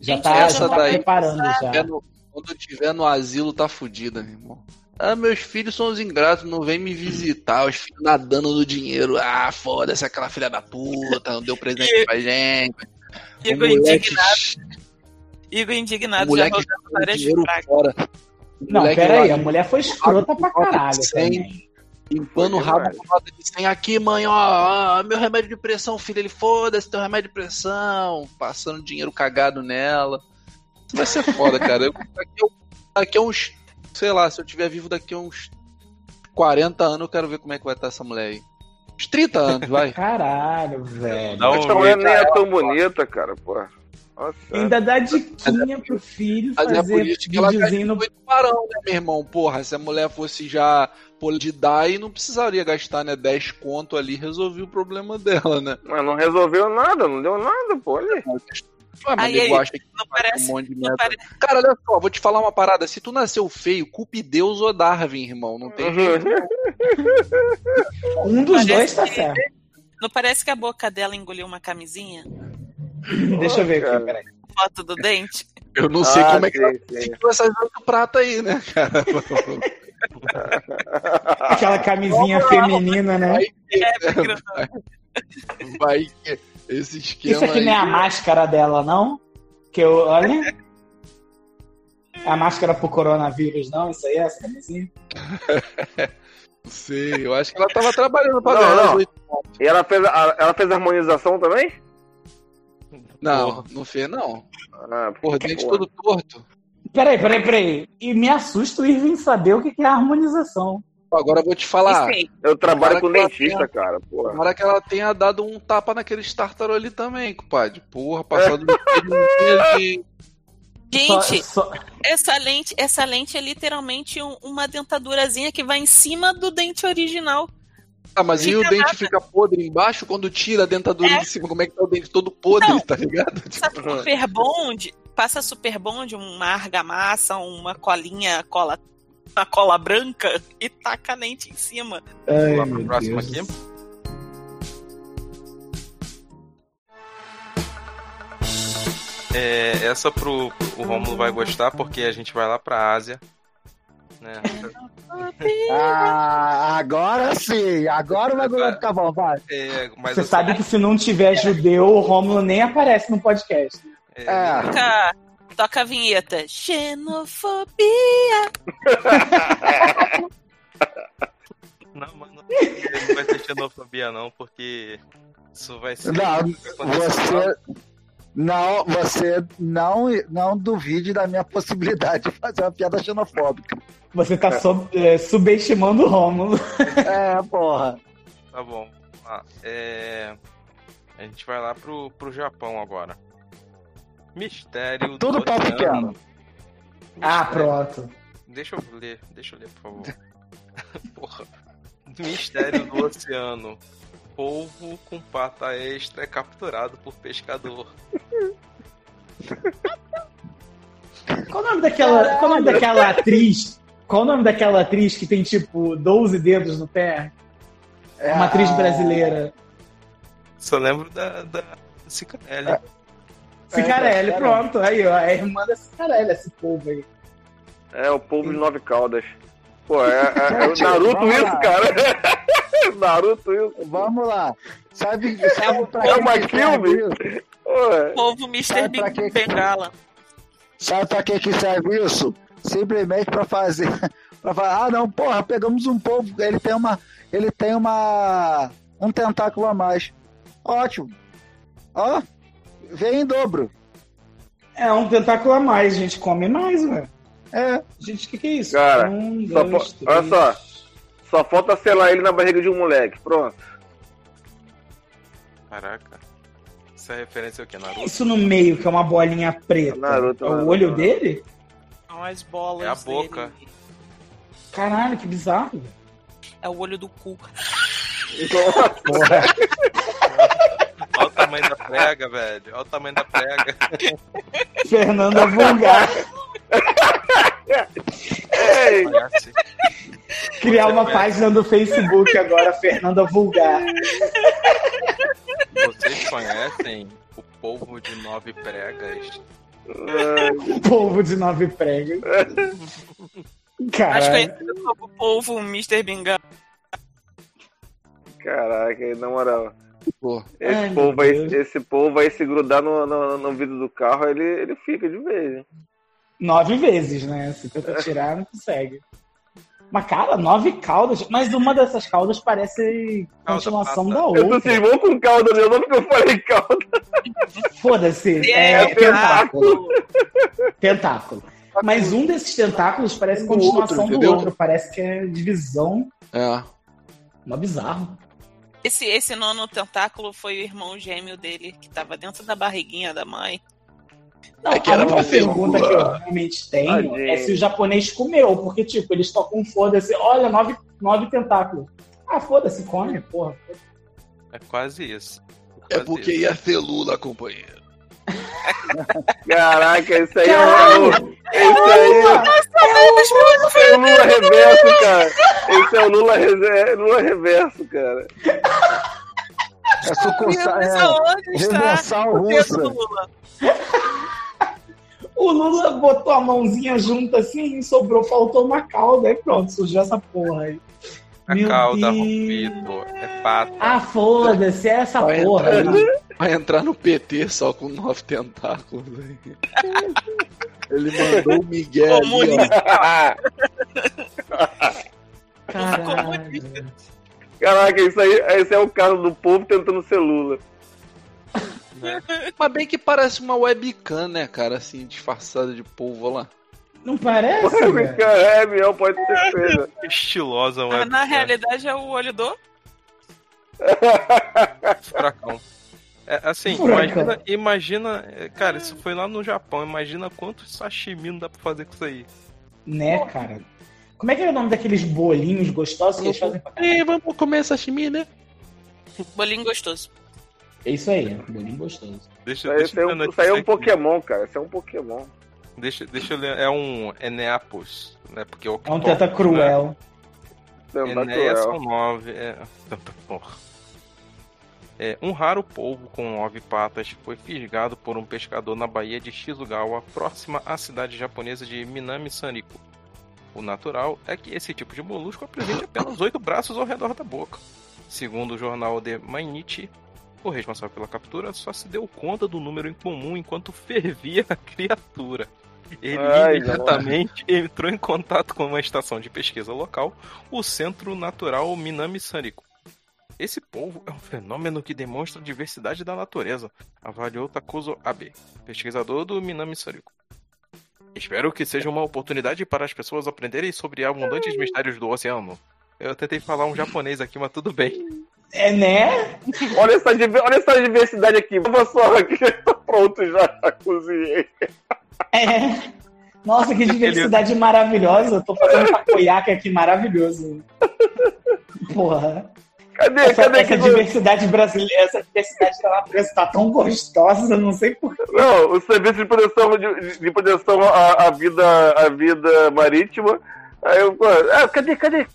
Speaker 7: Já
Speaker 3: Gente,
Speaker 7: tá,
Speaker 6: essa
Speaker 7: já tá
Speaker 6: daí- é
Speaker 7: preparando já.
Speaker 6: Quando tiver no- Quando eu tiver no asilo, tá fudida, meu irmão. Ah, meus filhos são os ingratos, não vem me visitar. Os filhos nadando no dinheiro. Ah, foda-se aquela filha da puta, não deu presente pra gente.
Speaker 3: Igor
Speaker 6: moleque,
Speaker 3: indignado. Igor indignado
Speaker 6: o moleque
Speaker 3: já rodando
Speaker 6: jogou
Speaker 3: várias
Speaker 6: dinheiro
Speaker 3: pragas.
Speaker 6: fora. O
Speaker 7: Não,
Speaker 6: moleque
Speaker 7: pera aí,
Speaker 6: lá
Speaker 7: a mulher foi escrota pra caralho.
Speaker 6: Sim.
Speaker 7: também.
Speaker 6: Limpando o rabo
Speaker 5: Olha,
Speaker 6: com nota de 100. Aqui, mãe, ó, ó, meu remédio de pressão, filho. Ele, foda-se, teu remédio de pressão. Passando dinheiro cagado nela. Isso vai ser foda, cara. Eu- daqui, a- um, daqui a uns, sei lá, se eu tiver vivo daqui a uns 40 anos, eu quero ver como é que vai estar essa mulher aí. Uns 30 anos,
Speaker 7: (laughs)
Speaker 6: vai.
Speaker 7: Caralho, velho.
Speaker 2: Dá um
Speaker 5: Essa mulher
Speaker 2: jeito.
Speaker 6: tá.
Speaker 5: nem é tão bonita, cara, porra. Nossa.
Speaker 7: Ainda dá diquinha pro filho
Speaker 6: Mas é por
Speaker 7: fazer
Speaker 6: isso que ela gasta
Speaker 7: videozinho no
Speaker 6: muito parão, né, meu irmão? Porra, se a mulher fosse já pô, de dar e não precisaria gastar, né, 10 conto ali, resolvi o problema dela, né?
Speaker 5: Mas não resolveu nada, não deu nada, pô. Olha.
Speaker 6: Ué, Ah, mas
Speaker 3: Aí,
Speaker 6: nego
Speaker 3: aí,
Speaker 6: acha que
Speaker 3: Não
Speaker 6: faz
Speaker 3: parece.
Speaker 6: um monte de
Speaker 3: Não
Speaker 6: merda.
Speaker 3: parece.
Speaker 6: Cara, olha só, vou te falar uma parada. Se tu nasceu feio, culpe Deus ou Darwin, irmão. Não tem jeito.
Speaker 7: Um dos
Speaker 3: Parece
Speaker 7: dois tá
Speaker 3: que-
Speaker 7: certo.
Speaker 3: Não parece que a boca dela engoliu uma camisinha?
Speaker 7: (laughs) Deixa eu ver
Speaker 5: cara.
Speaker 7: aqui, peraí.
Speaker 3: Foto do dente?
Speaker 6: (laughs) Eu não sei
Speaker 5: Ah,
Speaker 6: como é que ela
Speaker 5: sim, sim.
Speaker 6: conseguiu essas oito pratas aí, né, cara?
Speaker 7: Aquela camisinha feminina, né?
Speaker 3: É, porque-
Speaker 6: Vai que esse esquema
Speaker 7: Isso aqui
Speaker 6: aí.
Speaker 7: não é a máscara dela, não? Que eu, olha. É A máscara pro coronavírus, não? Isso aí é essa camisinha?
Speaker 6: Não sei, eu acho que ela tava trabalhando pra
Speaker 5: Não,
Speaker 6: ganhar
Speaker 5: não.
Speaker 6: as oito.
Speaker 5: E ela fez, a- ela fez a harmonização também?
Speaker 6: Não, não fez, não.
Speaker 5: Ah,
Speaker 6: Porra, dente
Speaker 5: porra.
Speaker 6: todo torto.
Speaker 7: Peraí, peraí, peraí. E me assusta o Irving saber o que que é a harmonização.
Speaker 6: Agora eu vou te falar.
Speaker 3: Enfim,
Speaker 5: Eu trabalho
Speaker 6: Cara,
Speaker 5: com
Speaker 6: que assim, ela
Speaker 5: dentista, cara, porra.
Speaker 6: Tomara que ela tenha dado um tapa naquele tártaro ali também, compadre. Porra, passado um dia de.
Speaker 3: Gente,
Speaker 7: Só- só-
Speaker 3: essa lente, essa lente é literalmente um- uma dentadurazinha que vai em cima do dente original.
Speaker 6: Ah, mas e
Speaker 3: Fica
Speaker 6: o dente fica podre embaixo quando tira a dentadura
Speaker 3: É.
Speaker 6: de cima? Como é que tá o dente todo podre,
Speaker 3: Não.
Speaker 6: tá (laughs) ligado?
Speaker 3: Sabe,
Speaker 6: Tipo,
Speaker 3: super bonde, passa super bonde, uma argamassa, uma colinha, cola, uma cola branca (laughs) e taca a lente em cima.
Speaker 7: Ai,
Speaker 2: Vamos lá
Speaker 7: meu
Speaker 2: pro próximo
Speaker 7: Deus.
Speaker 2: aqui. É, essa pro, pro- o Romulo vai gostar porque a gente vai lá pra Ásia. Né?
Speaker 8: Ah, agora sim. Agora vai
Speaker 2: Agora-
Speaker 8: ficar bom, vai.
Speaker 2: É, mas
Speaker 7: Você
Speaker 2: eu-
Speaker 7: sabe que se não tiver judeu, o Rômulo nem aparece no podcast.
Speaker 2: é,
Speaker 7: Ah.
Speaker 8: É.
Speaker 3: Toca, toca a vinheta. Xenofobia.
Speaker 2: Não, mano, não vai ter xenofobia não, porque isso vai ser.
Speaker 8: Não,
Speaker 2: vai acontecer
Speaker 8: você. Não, você não, não duvide da minha possibilidade de fazer uma piada xenofóbica.
Speaker 7: Você tá sob- é, subestimando o Rômulo.
Speaker 8: É, porra.
Speaker 2: Tá bom. vamos lá. É, A gente vai lá pro, pro Japão agora. Mistério
Speaker 8: Tudo
Speaker 2: do
Speaker 8: pau
Speaker 2: oceano.
Speaker 8: pequeno.
Speaker 7: Ah,
Speaker 2: Mistério-
Speaker 7: pronto.
Speaker 2: Deixa eu ler, deixa eu ler, por favor. (laughs) Porra. Mistério do oceano. Polvo com pata extra é capturado por pescador.
Speaker 7: Qual o nome daquela, qual o nome daquela atriz? Qual o nome daquela atriz que tem tipo 12 dedos no pé? É
Speaker 8: Ah,
Speaker 7: uma atriz brasileira.
Speaker 2: Só lembro da, da Cicanelli.
Speaker 7: Cicarelli,
Speaker 8: é,
Speaker 7: pronto. Aí, ó. A irmã da Cicarelli, esse povo aí.
Speaker 5: É, o povo de nove caudas. Pô,
Speaker 7: (laughs)
Speaker 5: é, é- é o
Speaker 8: Gente,
Speaker 5: Naruto
Speaker 8: vamos
Speaker 5: isso,
Speaker 8: lá.
Speaker 5: cara. (laughs) Naruto isso.
Speaker 8: Vamos lá. Sabe, sabe um pra
Speaker 5: É uma
Speaker 8: que que serve
Speaker 5: Kilby?
Speaker 8: isso?
Speaker 5: Pô, é.
Speaker 3: Povo Mr.
Speaker 8: Sabe pra
Speaker 3: Big
Speaker 8: que que-
Speaker 3: Bengala.
Speaker 8: Sabe pra que, que serve isso? Simplesmente pra fazer. (laughs) Pra falar, ah não, porra, pegamos um povo, ele tem uma. Ele tem uma. um tentáculo a mais. Ótimo. Ó, vem em dobro.
Speaker 7: É um tentáculo a mais, gente. Come mais, ué.
Speaker 8: É.
Speaker 7: Gente, o que, que é isso?
Speaker 5: Cara,
Speaker 7: um,
Speaker 5: só
Speaker 7: dois,
Speaker 5: po- olha
Speaker 7: três.
Speaker 5: Só falta selar ele na barriga de um moleque. Pronto.
Speaker 2: Caraca. Essa referência é o que,
Speaker 7: Que é
Speaker 2: Naruto?
Speaker 7: Isso no meio, que é uma bolinha preta.
Speaker 5: Naruto,
Speaker 7: é o
Speaker 5: Naruto,
Speaker 7: olho
Speaker 5: Naruto.
Speaker 7: dele?
Speaker 3: São as bolas.
Speaker 2: É a boca.
Speaker 3: dele.
Speaker 7: Caralho, que bizarro.
Speaker 3: É o olho do cu.
Speaker 5: (laughs)
Speaker 2: Olha o tamanho da prega, velho. Olha o tamanho da
Speaker 8: (laughs)
Speaker 2: prega.
Speaker 7: Fernanda
Speaker 5: (laughs)
Speaker 7: Vulgar.
Speaker 5: Ei,
Speaker 2: Parece.
Speaker 7: Criar uma
Speaker 2: Você-
Speaker 7: página do Facebook agora, Fernanda Vulgar.
Speaker 2: Vocês conhecem o polvo de nove pregas?
Speaker 7: Um Povo de nove pregos.
Speaker 3: Mas
Speaker 7: Cara,
Speaker 3: conhecido como povo Mr. Bengala.
Speaker 5: caraca, na moral.
Speaker 6: Pô,
Speaker 5: Esse,
Speaker 7: Ai,
Speaker 5: povo,
Speaker 7: meu
Speaker 5: aí,
Speaker 7: Deus.
Speaker 5: esse povo aí se grudar no, no, no vidro do carro, ele, ele fica de vez. hein?
Speaker 7: Nove vezes, né? Se tenta tirar, não consegue. Mas, cara, nove caudas. Mas uma dessas caudas parece
Speaker 2: Cauda
Speaker 7: continuação
Speaker 2: pata.
Speaker 7: da
Speaker 5: Eu tô
Speaker 7: outra.
Speaker 5: cismou com calda, meu nome que eu falei calda.
Speaker 7: Foda-se. É,
Speaker 3: É,
Speaker 7: tentáculo. Tentáculo. Mas um desses tentáculos parece
Speaker 6: Um
Speaker 7: continuação
Speaker 6: outro, entendeu?
Speaker 7: do outro. Parece que é divisão.
Speaker 6: é.
Speaker 7: Mó bizarro.
Speaker 3: Esse, esse nono tentáculo foi o irmão gêmeo dele, que tava dentro da barriguinha da mãe.
Speaker 7: Não,
Speaker 6: É que
Speaker 7: a
Speaker 6: era
Speaker 7: única
Speaker 6: pra ter
Speaker 7: pergunta
Speaker 6: um-
Speaker 7: que eu realmente tenho
Speaker 5: Tadinho.
Speaker 7: é se o japonês comeu, porque, tipo, eles tocam um foda-se. Olha, nove, nove tentáculos. Ah, foda-se, come, porra.
Speaker 2: É quase isso.
Speaker 6: É
Speaker 2: Quase
Speaker 6: porque
Speaker 2: isso.
Speaker 6: ia ser Lula, companheiro.
Speaker 5: Caraca, isso aí é o. Isso aí é o Lula reverso, cara. Esse é o Lula, rese- Lula reverso, cara.
Speaker 8: É sucursal.
Speaker 3: Mas
Speaker 8: É,
Speaker 3: aonde está
Speaker 8: reversal
Speaker 3: o dedo do
Speaker 8: russa.
Speaker 3: Lula?
Speaker 7: O Lula botou a mãozinha junto assim e sobrou, faltou uma cauda. Aí pronto, surgiu essa porra aí.
Speaker 2: A
Speaker 7: Meu
Speaker 2: cauda,
Speaker 7: Deus.
Speaker 2: rompido, é pata.
Speaker 7: Ah, foda-se, é essa
Speaker 6: Vai
Speaker 7: porra.
Speaker 6: entrar,
Speaker 7: aí.
Speaker 6: vai entrar no PT só com nove tentáculos. aí. Ele mandou o Miguel. Ali, ó.
Speaker 7: Caralho.
Speaker 5: Caraca, isso aí esse é o caso do povo tentando ser Lula.
Speaker 6: Mas bem que parece uma webcam, né, cara? Assim, disfarçada de polvo lá.
Speaker 7: Não parece? velho?
Speaker 5: Cara, é, Miel, pode ter feito.
Speaker 2: Estilosa,
Speaker 3: Ah,
Speaker 2: webcam.
Speaker 3: na realidade é o olho do.
Speaker 2: Furacão. É, assim,
Speaker 7: Furacão.
Speaker 2: imagina, imagina, é, cara, isso foi lá no Japão, imagina quanto sashimi não dá pra fazer com isso aí.
Speaker 7: Né, cara? Como é que é o nome daqueles bolinhos gostosos que eles fazem? pra-
Speaker 6: Ei, É, vamos comer sashimi, né?
Speaker 3: Bolinho gostoso.
Speaker 7: É isso aí, bolinho gostoso.
Speaker 2: Deixa,
Speaker 5: Isso aí,
Speaker 2: deixa
Speaker 5: isso aí é
Speaker 2: eu ver a
Speaker 5: um- isso aí é um
Speaker 2: notícia aqui.
Speaker 5: Pokémon, cara. Isso é um Pokémon.
Speaker 2: Deixa, deixa eu ler. É um Eneapos, né? Porque o
Speaker 7: É um teta cruel.
Speaker 5: Lembrar
Speaker 2: Enéia
Speaker 5: cruel.
Speaker 2: são
Speaker 5: (laughs)
Speaker 2: nove. É... Tanta porra. É, um raro polvo com nove patas foi fisgado por um pescador na Baía de Shizugawa, próxima à cidade japonesa de Minami Sanriku. O natural é que esse tipo de molusco apresente apenas oito braços ao redor da boca. Segundo o jornal de Mainichi, o responsável pela captura só se deu conta do número incomum enquanto fervia a criatura. Ele
Speaker 5: Ai,
Speaker 2: imediatamente entrou em contato com uma estação de pesquisa local, o Centro Natural Minami Sanriku. Esse polvo é um fenômeno que demonstra a diversidade da natureza, avaliou Takuzo Abe, pesquisador do Minami Sanriku. Espero que seja uma oportunidade para as pessoas aprenderem sobre abundantes mistérios do oceano. Eu tentei falar um japonês aqui, mas tudo bem.
Speaker 7: É, né?
Speaker 5: Olha essa, diver- olha essa diversidade aqui. Vamos só aqui. (laughs) Tá pronto já, já cozinhei.
Speaker 7: É. Nossa, que diversidade maravilhosa. Eu tô fazendo takoyaki aqui, maravilhoso. Porra.
Speaker 2: É,
Speaker 5: Cadê?
Speaker 7: Essa,
Speaker 5: cadê
Speaker 7: essa
Speaker 5: que
Speaker 7: diversidade brasileira, essa diversidade da natureza tá tão gostosa, eu não sei por
Speaker 5: Não, o serviço de proteção de, de proteção à, à vida à vida marítima. Aí eu, pô, ah, cadê, cadê?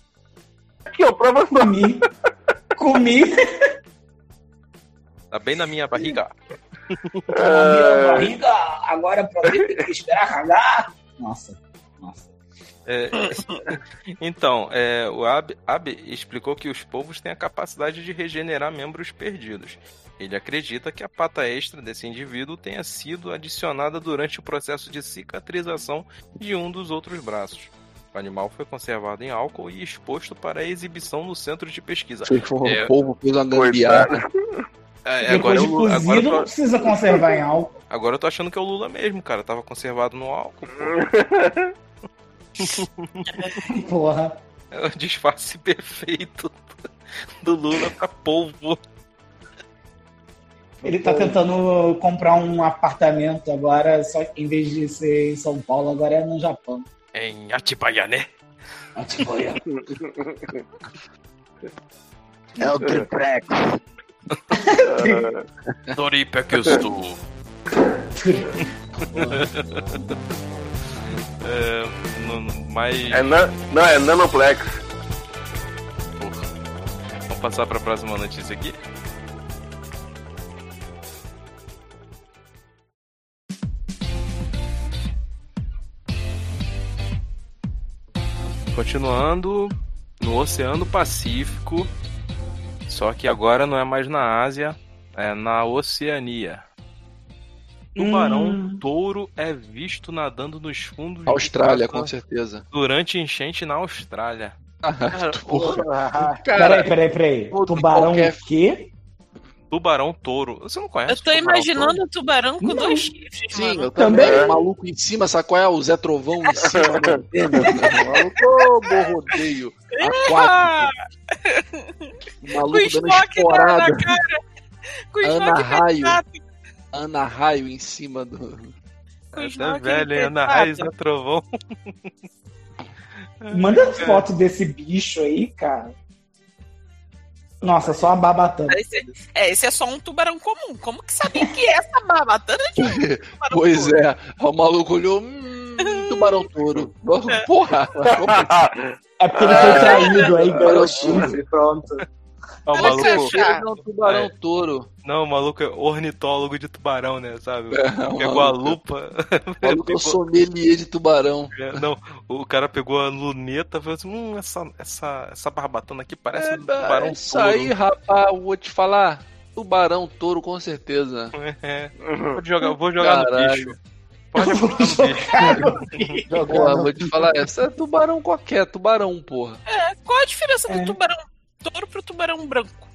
Speaker 5: Aqui, ó, prova só.
Speaker 7: comi.
Speaker 2: (laughs)
Speaker 7: Comi.
Speaker 2: Tá bem na minha barriga.
Speaker 7: Tá Comi
Speaker 2: É.
Speaker 7: a barriga, agora pra mim tem que esperar cagar. Nossa, nossa.
Speaker 2: (laughs) É, então, é, o Abe, Abe explicou que os povos têm a capacidade de regenerar membros perdidos. Ele acredita que a pata extra desse indivíduo tenha sido adicionada durante o processo de cicatrização de um dos outros braços. O animal foi conservado em álcool e exposto para exibição no centro de pesquisa.
Speaker 6: O
Speaker 2: É.
Speaker 6: polvo fez uma gambiarra.
Speaker 2: É, agora,
Speaker 7: Depois de
Speaker 2: eu, agora,
Speaker 7: cozido,
Speaker 2: eu
Speaker 7: não
Speaker 2: tô,
Speaker 7: precisa conservar em álcool.
Speaker 2: agora eu tô achando que é o Lula mesmo, cara. Tava conservado no álcool. pô.
Speaker 7: Porra.
Speaker 2: É o disfarce (laughs) perfeito do Lula pra polvo.
Speaker 7: Ele tá tentando comprar um apartamento agora, só que em vez de ser em São Paulo, agora é no Japão.
Speaker 2: Em Atibaia, né?
Speaker 7: Ah, tipo, olha.
Speaker 8: É o Triprex.
Speaker 2: Doripa que eu estou. (laughs) é, não, não, mas
Speaker 5: É na, não, é Nanoplex.
Speaker 2: vamos passar para a próxima notícia aqui. Continuando no Oceano Pacífico, Só que agora não é mais na Ásia, é na Oceania. Tubarão
Speaker 3: Hum.
Speaker 2: touro é visto nadando nos fundos de
Speaker 6: Austrália,
Speaker 2: casa
Speaker 6: com certeza.
Speaker 2: durante enchente na Austrália.
Speaker 6: Porra,
Speaker 7: Peraí, peraí, peraí.
Speaker 6: todo
Speaker 7: Tubarão
Speaker 6: qualquer-
Speaker 7: o quê?
Speaker 2: Tubarão touro. Você não conhece?
Speaker 3: Eu tô
Speaker 2: tubarão
Speaker 3: imaginando um tubarão com
Speaker 7: Não.
Speaker 3: dois chifres,
Speaker 6: Sim,
Speaker 3: mano.
Speaker 6: eu
Speaker 7: Também.
Speaker 6: também. O maluco em cima, sabe qual é? O Zé Trovão em cima. né? (laughs) O maluco, ô, bom rodeio. Aquático. O
Speaker 3: Ah, Com
Speaker 6: maluco dando
Speaker 3: estoque na,
Speaker 6: esporada.
Speaker 3: na cara. Com
Speaker 6: Ana
Speaker 3: esnoque
Speaker 6: Raio.
Speaker 3: pesado.
Speaker 6: Ana Raio em cima do.
Speaker 3: Com
Speaker 2: touro? Tá
Speaker 3: esnoque
Speaker 2: velho, hein? Ana
Speaker 3: pesado.
Speaker 2: Raiz, né? Ana Trovão.
Speaker 7: Manda foto desse bicho aí, cara. Nossa, só a babatana.
Speaker 3: Esse é, esse é só um tubarão comum. Como que sabia que é essa babatana de um
Speaker 6: (laughs)
Speaker 3: tubarão
Speaker 6: Pois
Speaker 3: comum?
Speaker 6: é. O maluco olhou. Hum, tubarão touro. Porra! (laughs)
Speaker 7: É porque ele foi traído aí pelo
Speaker 6: Tá
Speaker 7: chifre, pronto.
Speaker 2: Ah, o
Speaker 3: Ela
Speaker 2: maluco.
Speaker 3: caixa.
Speaker 6: Não, tubarão
Speaker 2: É.
Speaker 6: touro.
Speaker 2: Não, o maluco é ornitólogo de tubarão, né? Sabe? Pegou a
Speaker 6: É, maluco.
Speaker 2: lupa. é,
Speaker 6: O maluco
Speaker 2: tipo,
Speaker 6: é o sommelier de tubarão.
Speaker 2: Não, o cara pegou a luneta e falou assim: hum, essa, essa, essa barbatana aqui parece um tubarão
Speaker 6: É, isso
Speaker 2: touro.
Speaker 6: aí, rapaz, eu vou te falar. Tubarão touro, com certeza.
Speaker 2: (laughs) É. Pode jogar, vou jogar no
Speaker 6: Uhum. Caralho.
Speaker 2: bicho. Pode jogar no bicho.
Speaker 8: (laughs)
Speaker 6: Porra,
Speaker 8: Jogando.
Speaker 6: vou te falar, essa é tubarão qualquer, tubarão, porra.
Speaker 3: Qual a diferença
Speaker 7: É.
Speaker 3: do tubarão touro pro tubarão branco?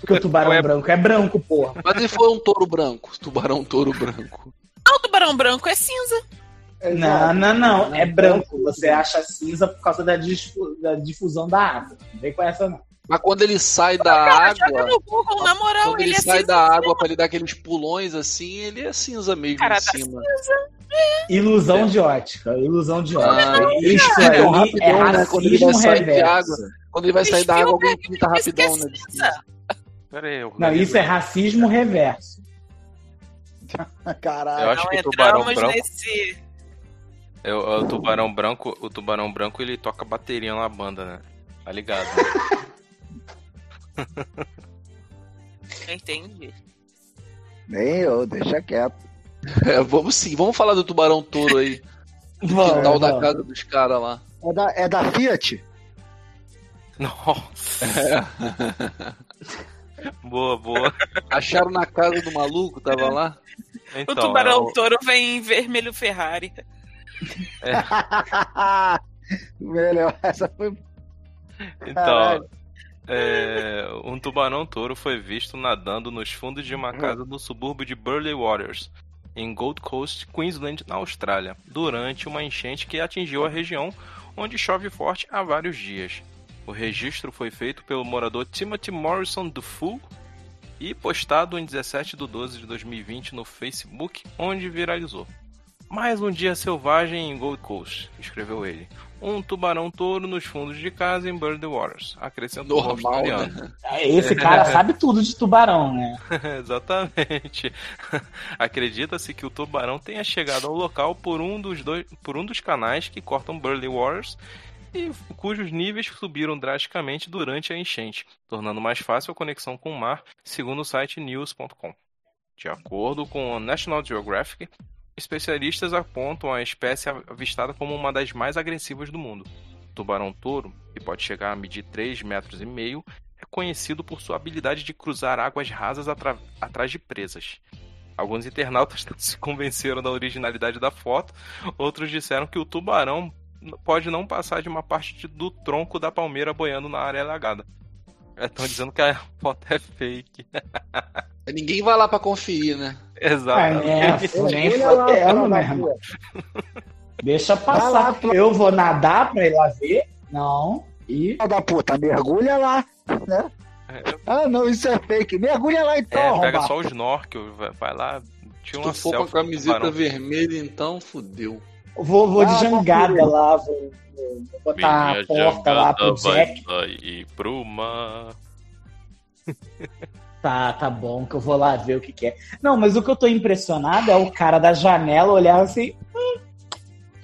Speaker 7: Porque o tubarão
Speaker 2: Ué.
Speaker 7: branco é branco, porra.
Speaker 6: Mas ele foi um touro branco, tubarão touro branco.
Speaker 3: Ah, o tubarão branco é cinza.
Speaker 7: Não, não, não. É branco. Você acha cinza por causa da, disfu- da difusão da água. Não vem com essa, não.
Speaker 6: Mas quando ele sai da
Speaker 3: né? Joga
Speaker 6: água,
Speaker 3: no Google, na moral,
Speaker 6: quando
Speaker 3: um ele,
Speaker 6: ele
Speaker 3: é
Speaker 6: sai
Speaker 3: cinza.
Speaker 6: da água pra ele dar aqueles pulões assim, ele é cinza mesmo
Speaker 3: Cara,
Speaker 6: em
Speaker 3: dá
Speaker 6: cima.
Speaker 7: Ilusão de ótica. Ilusão de ótica.
Speaker 6: Ah,
Speaker 7: Isso
Speaker 6: é
Speaker 7: aí é
Speaker 6: rapidão, né? Quando ele
Speaker 7: racismo
Speaker 6: vai sair de
Speaker 7: reverso.
Speaker 6: Quando ele vai sair da água, alguém pinta
Speaker 3: Isso que é
Speaker 6: rapidão, né? de
Speaker 3: cinza.
Speaker 2: Pera aí, eu
Speaker 7: Não, isso é racismo reverso.
Speaker 2: Eu
Speaker 8: Caralho.
Speaker 2: acho
Speaker 3: Não é
Speaker 2: que o tubarão
Speaker 3: entramos
Speaker 2: branco.
Speaker 3: nesse...
Speaker 2: É, o o tubarão branco, o tubarão branco ele toca bateria na banda, né? Tá ligado? (laughs) né?
Speaker 3: Entendi.
Speaker 8: Nem eu, deixa quieto.
Speaker 6: cima. É, vamos sim, vamos falar do tubarão
Speaker 7: (laughs)
Speaker 6: touro aí.
Speaker 7: Vamos,
Speaker 6: Quintal da
Speaker 7: vamos.
Speaker 6: casa dos caras lá.
Speaker 8: É da, é da Fiat?
Speaker 2: Nossa. Boa, (laughs) boa.
Speaker 6: Acharam na casa do maluco, tava lá?
Speaker 2: Então,
Speaker 3: O tubarão
Speaker 2: é, o-
Speaker 3: touro vem em vermelho Ferrari.
Speaker 8: (laughs) Melhor, essa foi
Speaker 2: então
Speaker 8: Caralho.
Speaker 2: é, um tubarão touro foi visto nadando nos fundos de uma casa no subúrbio de Burley Waters, em Gold Coast, Queensland, na Austrália, durante uma enchente que atingiu a região onde chove forte há vários dias. O registro foi feito pelo morador Timothy Morrison do Full e postado em 17 de 12 de 2020 no Facebook, onde viralizou. Mais um dia selvagem em Gold Coast, escreveu ele. Um tubarão touro nos fundos de casa em Bird Waters, acrescentou o
Speaker 6: Normal, né?
Speaker 2: australiano.
Speaker 7: É, Esse (laughs) cara sabe tudo de tubarão, né?
Speaker 2: (laughs) Exatamente. (laughs) Acredita-se que o tubarão tenha chegado ao local por um dos, dois, por um dos canais que cortam Burley Waters e cujos níveis subiram drasticamente durante a enchente, tornando mais fácil a conexão com o mar, segundo o site news.com. De acordo com o National Geographic, especialistas apontam a espécie avistada como uma das mais agressivas do mundo. O tubarão-touro, que pode chegar a medir 3,5 metros, e meio, é conhecido por sua habilidade de cruzar águas rasas atra- atrás de presas. Alguns internautas (laughs) se convenceram da originalidade da foto, outros disseram que o tubarão n- pode não passar de uma parte de- do tronco da palmeira boiando na área alagada. Estão dizendo que a (laughs) foto é fake. (laughs)
Speaker 6: Ninguém vai lá pra conferir, né?
Speaker 7: Ah,
Speaker 2: Exato.
Speaker 7: né? Nem fodendo, né, irmão? Deixa
Speaker 8: Vai lá,
Speaker 7: passar. Eu vou nadar pra ir lá ver? Não. E
Speaker 8: Filha da puta, mergulha lá, né? Ah, não, isso é fake. Mergulha lá então,
Speaker 2: (laughs) É, pega
Speaker 8: arrombado.
Speaker 2: só o snorkel, vai- vai lá, tira
Speaker 6: Tu
Speaker 2: uma
Speaker 6: for com a
Speaker 2: selfie um
Speaker 6: camiseta
Speaker 2: tubarão.
Speaker 6: vermelha, então fudeu.
Speaker 7: vou, vou de
Speaker 8: Ah,
Speaker 7: jangada
Speaker 8: confia.
Speaker 7: lá, vou, vou
Speaker 6: Tá,
Speaker 7: botar a porta lá pro
Speaker 1: vai,
Speaker 7: Jack.
Speaker 1: vai ir pro mar.
Speaker 7: Tá, tá bom, que eu vou lá ver o que, que é. Não, mas o que eu tô impressionado é o cara da janela olhar assim. "Hum,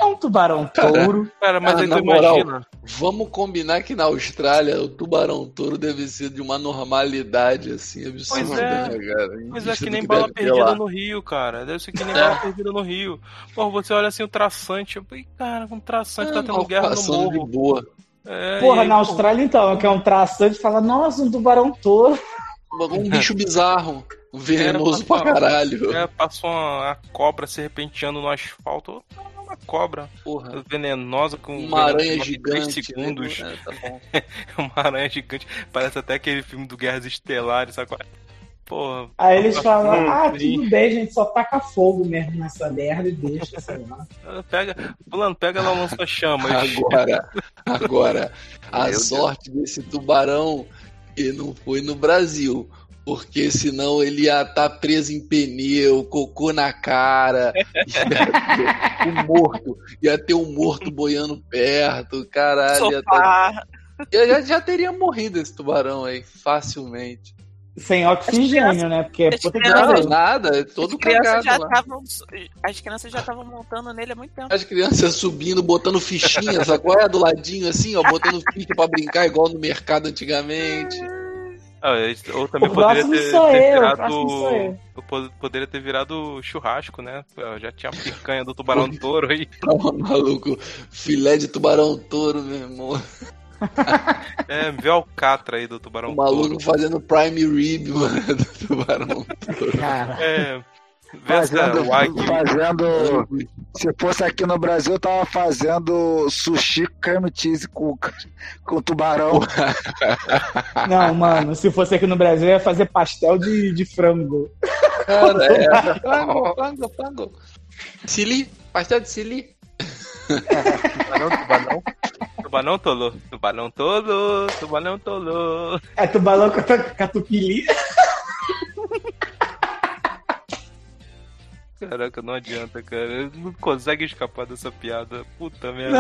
Speaker 7: é um tubarão touro.
Speaker 2: Cara, mas
Speaker 6: Ah,
Speaker 2: aí tu
Speaker 6: na moral.
Speaker 2: imagina.
Speaker 6: Vamos combinar que na Austrália o tubarão touro deve ser de uma normalidade assim absurda,
Speaker 2: Pois é.
Speaker 6: né, cara?
Speaker 2: Mas é
Speaker 6: Isso
Speaker 2: que nem
Speaker 6: deve
Speaker 2: bala
Speaker 6: ter
Speaker 2: perdida
Speaker 6: lá.
Speaker 2: no Rio, cara. Deve ser que nem
Speaker 6: É.
Speaker 2: bala perdida no Rio. Porra, você olha assim o traçante. Eu falei, cara, um traçante tá
Speaker 6: Ah,
Speaker 2: tendo guerra no
Speaker 6: passando
Speaker 2: morro.
Speaker 6: de boa.
Speaker 2: É,
Speaker 7: Porra,
Speaker 2: e-
Speaker 7: na Austrália então, que é um traçante, fala, nossa, um tubarão touro.
Speaker 2: (laughs)
Speaker 6: Um bicho bizarro, um venenoso
Speaker 2: É,
Speaker 6: pra
Speaker 2: pra
Speaker 6: caralho.
Speaker 2: É, passou uma, uma cobra serpenteando no asfalto. Uma cobra
Speaker 6: Porra.
Speaker 2: venenosa com
Speaker 6: Uma aranha
Speaker 2: um veneno de três
Speaker 6: gigante.
Speaker 2: segundos.
Speaker 6: né? É, tá bom.
Speaker 2: (laughs) uma aranha gigante. Parece até aquele filme do Guerras Estelares, sabe? qual é? Porra.
Speaker 7: Aí eles falam,
Speaker 2: Hum, (laughs)
Speaker 7: ah,
Speaker 2: sim.
Speaker 7: tudo bem, gente, só taca fogo mesmo nessa merda e deixa, sei lá.
Speaker 2: Pega, fulano, pega lá o lança-chamas.
Speaker 6: (laughs) Agora, agora, a
Speaker 9: Meu Deus.
Speaker 6: sorte desse tubarão que não foi no Brasil. Porque senão ele ia estar preso em pneu, cocô na cara, (laughs) ia ter um morto, ia ter um morto boiando perto, caralho. ia tá-
Speaker 3: Sofá.
Speaker 6: Eu já, já teria morrido esse tubarão aí, facilmente.
Speaker 7: Sem oxigênio, né? Porque
Speaker 3: As
Speaker 7: puta que
Speaker 3: crianças-
Speaker 6: Não,
Speaker 7: pariu.
Speaker 6: nada, é todo
Speaker 3: As crianças
Speaker 6: cagado
Speaker 3: já
Speaker 6: lá.
Speaker 3: estavam. As crianças já estavam montando nele há muito tempo.
Speaker 6: As crianças subindo, botando fichinhas, agora do ladinho assim, ó, botando ficha pra brincar igual no mercado antigamente.
Speaker 2: Ah, esse- ou também
Speaker 7: O
Speaker 2: poderia
Speaker 7: próximo
Speaker 2: ter,
Speaker 7: sou
Speaker 2: ter
Speaker 7: eu, o próximo sou
Speaker 2: virado.
Speaker 7: eu.
Speaker 2: po- Poderia ter virado churrasco, né? Eu já tinha a picanha do
Speaker 6: (laughs)
Speaker 2: tubarão touro aí.
Speaker 6: Tava Tá um maluco, filé de tubarão touro, meu irmão.
Speaker 2: É, vê a alcatra aí do tubarão
Speaker 6: O Um maluco
Speaker 2: touro.
Speaker 6: fazendo prime rib, (laughs) mano, do tubarão touro.
Speaker 8: Cara,
Speaker 2: É, vê essa
Speaker 8: fazendo,
Speaker 2: wagyu.
Speaker 8: fazendo. Se fosse aqui no Brasil, eu tava fazendo sushi cream cheese com, (laughs) com tubarão.
Speaker 7: Não, mano, se fosse aqui no Brasil, eu ia fazer pastel de, de frango.
Speaker 6: Cara, é. Frango, frango, frango. Sili, pastel de sili.
Speaker 9: Tubarão, tubarão.
Speaker 2: Tubarão tolo, tubarão tolo, tubarão tolo.
Speaker 7: É tubarão com ca- catupiry.
Speaker 2: Caraca, não adianta, cara. Não consegue escapar dessa piada. Puta merda.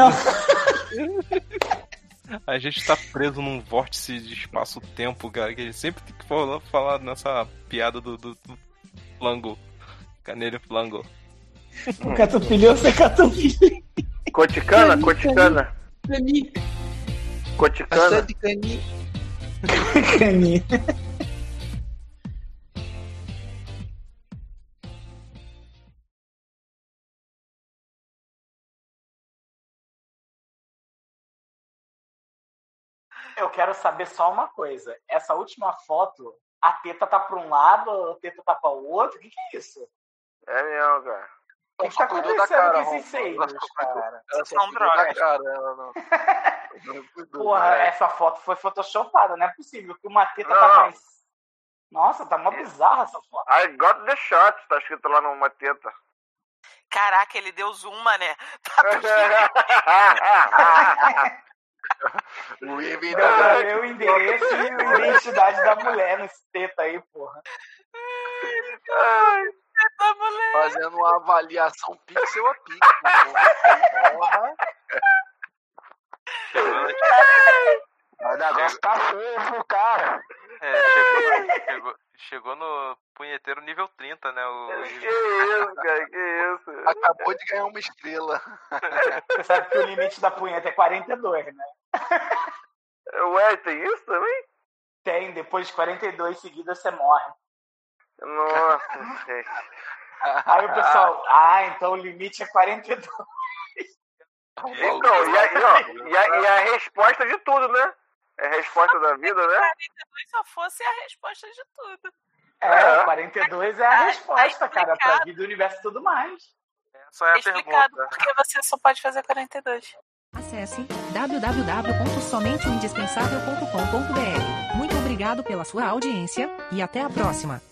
Speaker 7: Não.
Speaker 2: A gente tá preso num vórtice de espaço-tempo, cara, que a gente sempre tem que falar, falar nessa piada do, do, do flango. Canelho flango.
Speaker 7: O catupiry ou sem catupiry.
Speaker 5: Coticana, coticana,
Speaker 6: Cani, pastel
Speaker 5: coticana.
Speaker 6: de cani.
Speaker 7: Cani. Eu quero saber só uma coisa. Essa última foto, a teta tá pra um lado, a teta tá pra o outro. O que, que é isso?
Speaker 5: É mesmo, cara.
Speaker 7: O que, que tá
Speaker 10: cuidou
Speaker 7: acontecendo
Speaker 10: da cara,
Speaker 7: Tá com
Speaker 10: Ron.
Speaker 7: esses seios, cara?
Speaker 10: Ela
Speaker 3: São
Speaker 10: só cuidou da
Speaker 3: drogas.
Speaker 10: cara, ela não. não cuidou,
Speaker 7: Porra,
Speaker 10: né?
Speaker 7: essa foto foi photoshopada, não é possível que uma teta
Speaker 5: Não. É.
Speaker 7: tá mais. Nossa, tá mó bizarra essa foto.
Speaker 5: I got the shot, tá escrito lá numa teta. (laughs)
Speaker 3: Caraca, ele deu zoom, né?
Speaker 10: O Ivan
Speaker 7: Deu pra
Speaker 10: ainda-
Speaker 7: ver o endereço e a identidade da mulher nesse teta aí, porra.
Speaker 3: Tá, moleque.
Speaker 10: fazendo uma avaliação pixel a pixel. Porra. Mas o negócio tá fofo, cara.
Speaker 2: É, chegou, chegou, chegou no punheteiro nível 30, né?
Speaker 5: que isso, cara, que isso.
Speaker 10: Acabou de ganhar uma estrela.
Speaker 7: Você sabe que o limite da punheta é 42, né?
Speaker 5: Ué, tem isso também?
Speaker 7: Tem, depois de 42 seguidas você morre.
Speaker 10: (laughs)
Speaker 5: Nossa, gente.
Speaker 7: Aí o
Speaker 5: (laughs)
Speaker 7: pessoal, ah, então o limite é 42.
Speaker 5: Então, e a, e, ó, e, a, e a resposta de tudo, né? É a resposta da vida, né?
Speaker 3: Mas só fosse a resposta de tudo.
Speaker 7: É, 42 é a
Speaker 3: Tá
Speaker 7: resposta, cara, pra
Speaker 3: explicado.
Speaker 7: vida, universo e tudo mais.
Speaker 2: Essa é a
Speaker 3: explicado
Speaker 2: pergunta.
Speaker 3: porque você só pode fazer 42.
Speaker 11: Acesse www.somenteoindispensável.com.br. Muito obrigado pela sua audiência e até a próxima.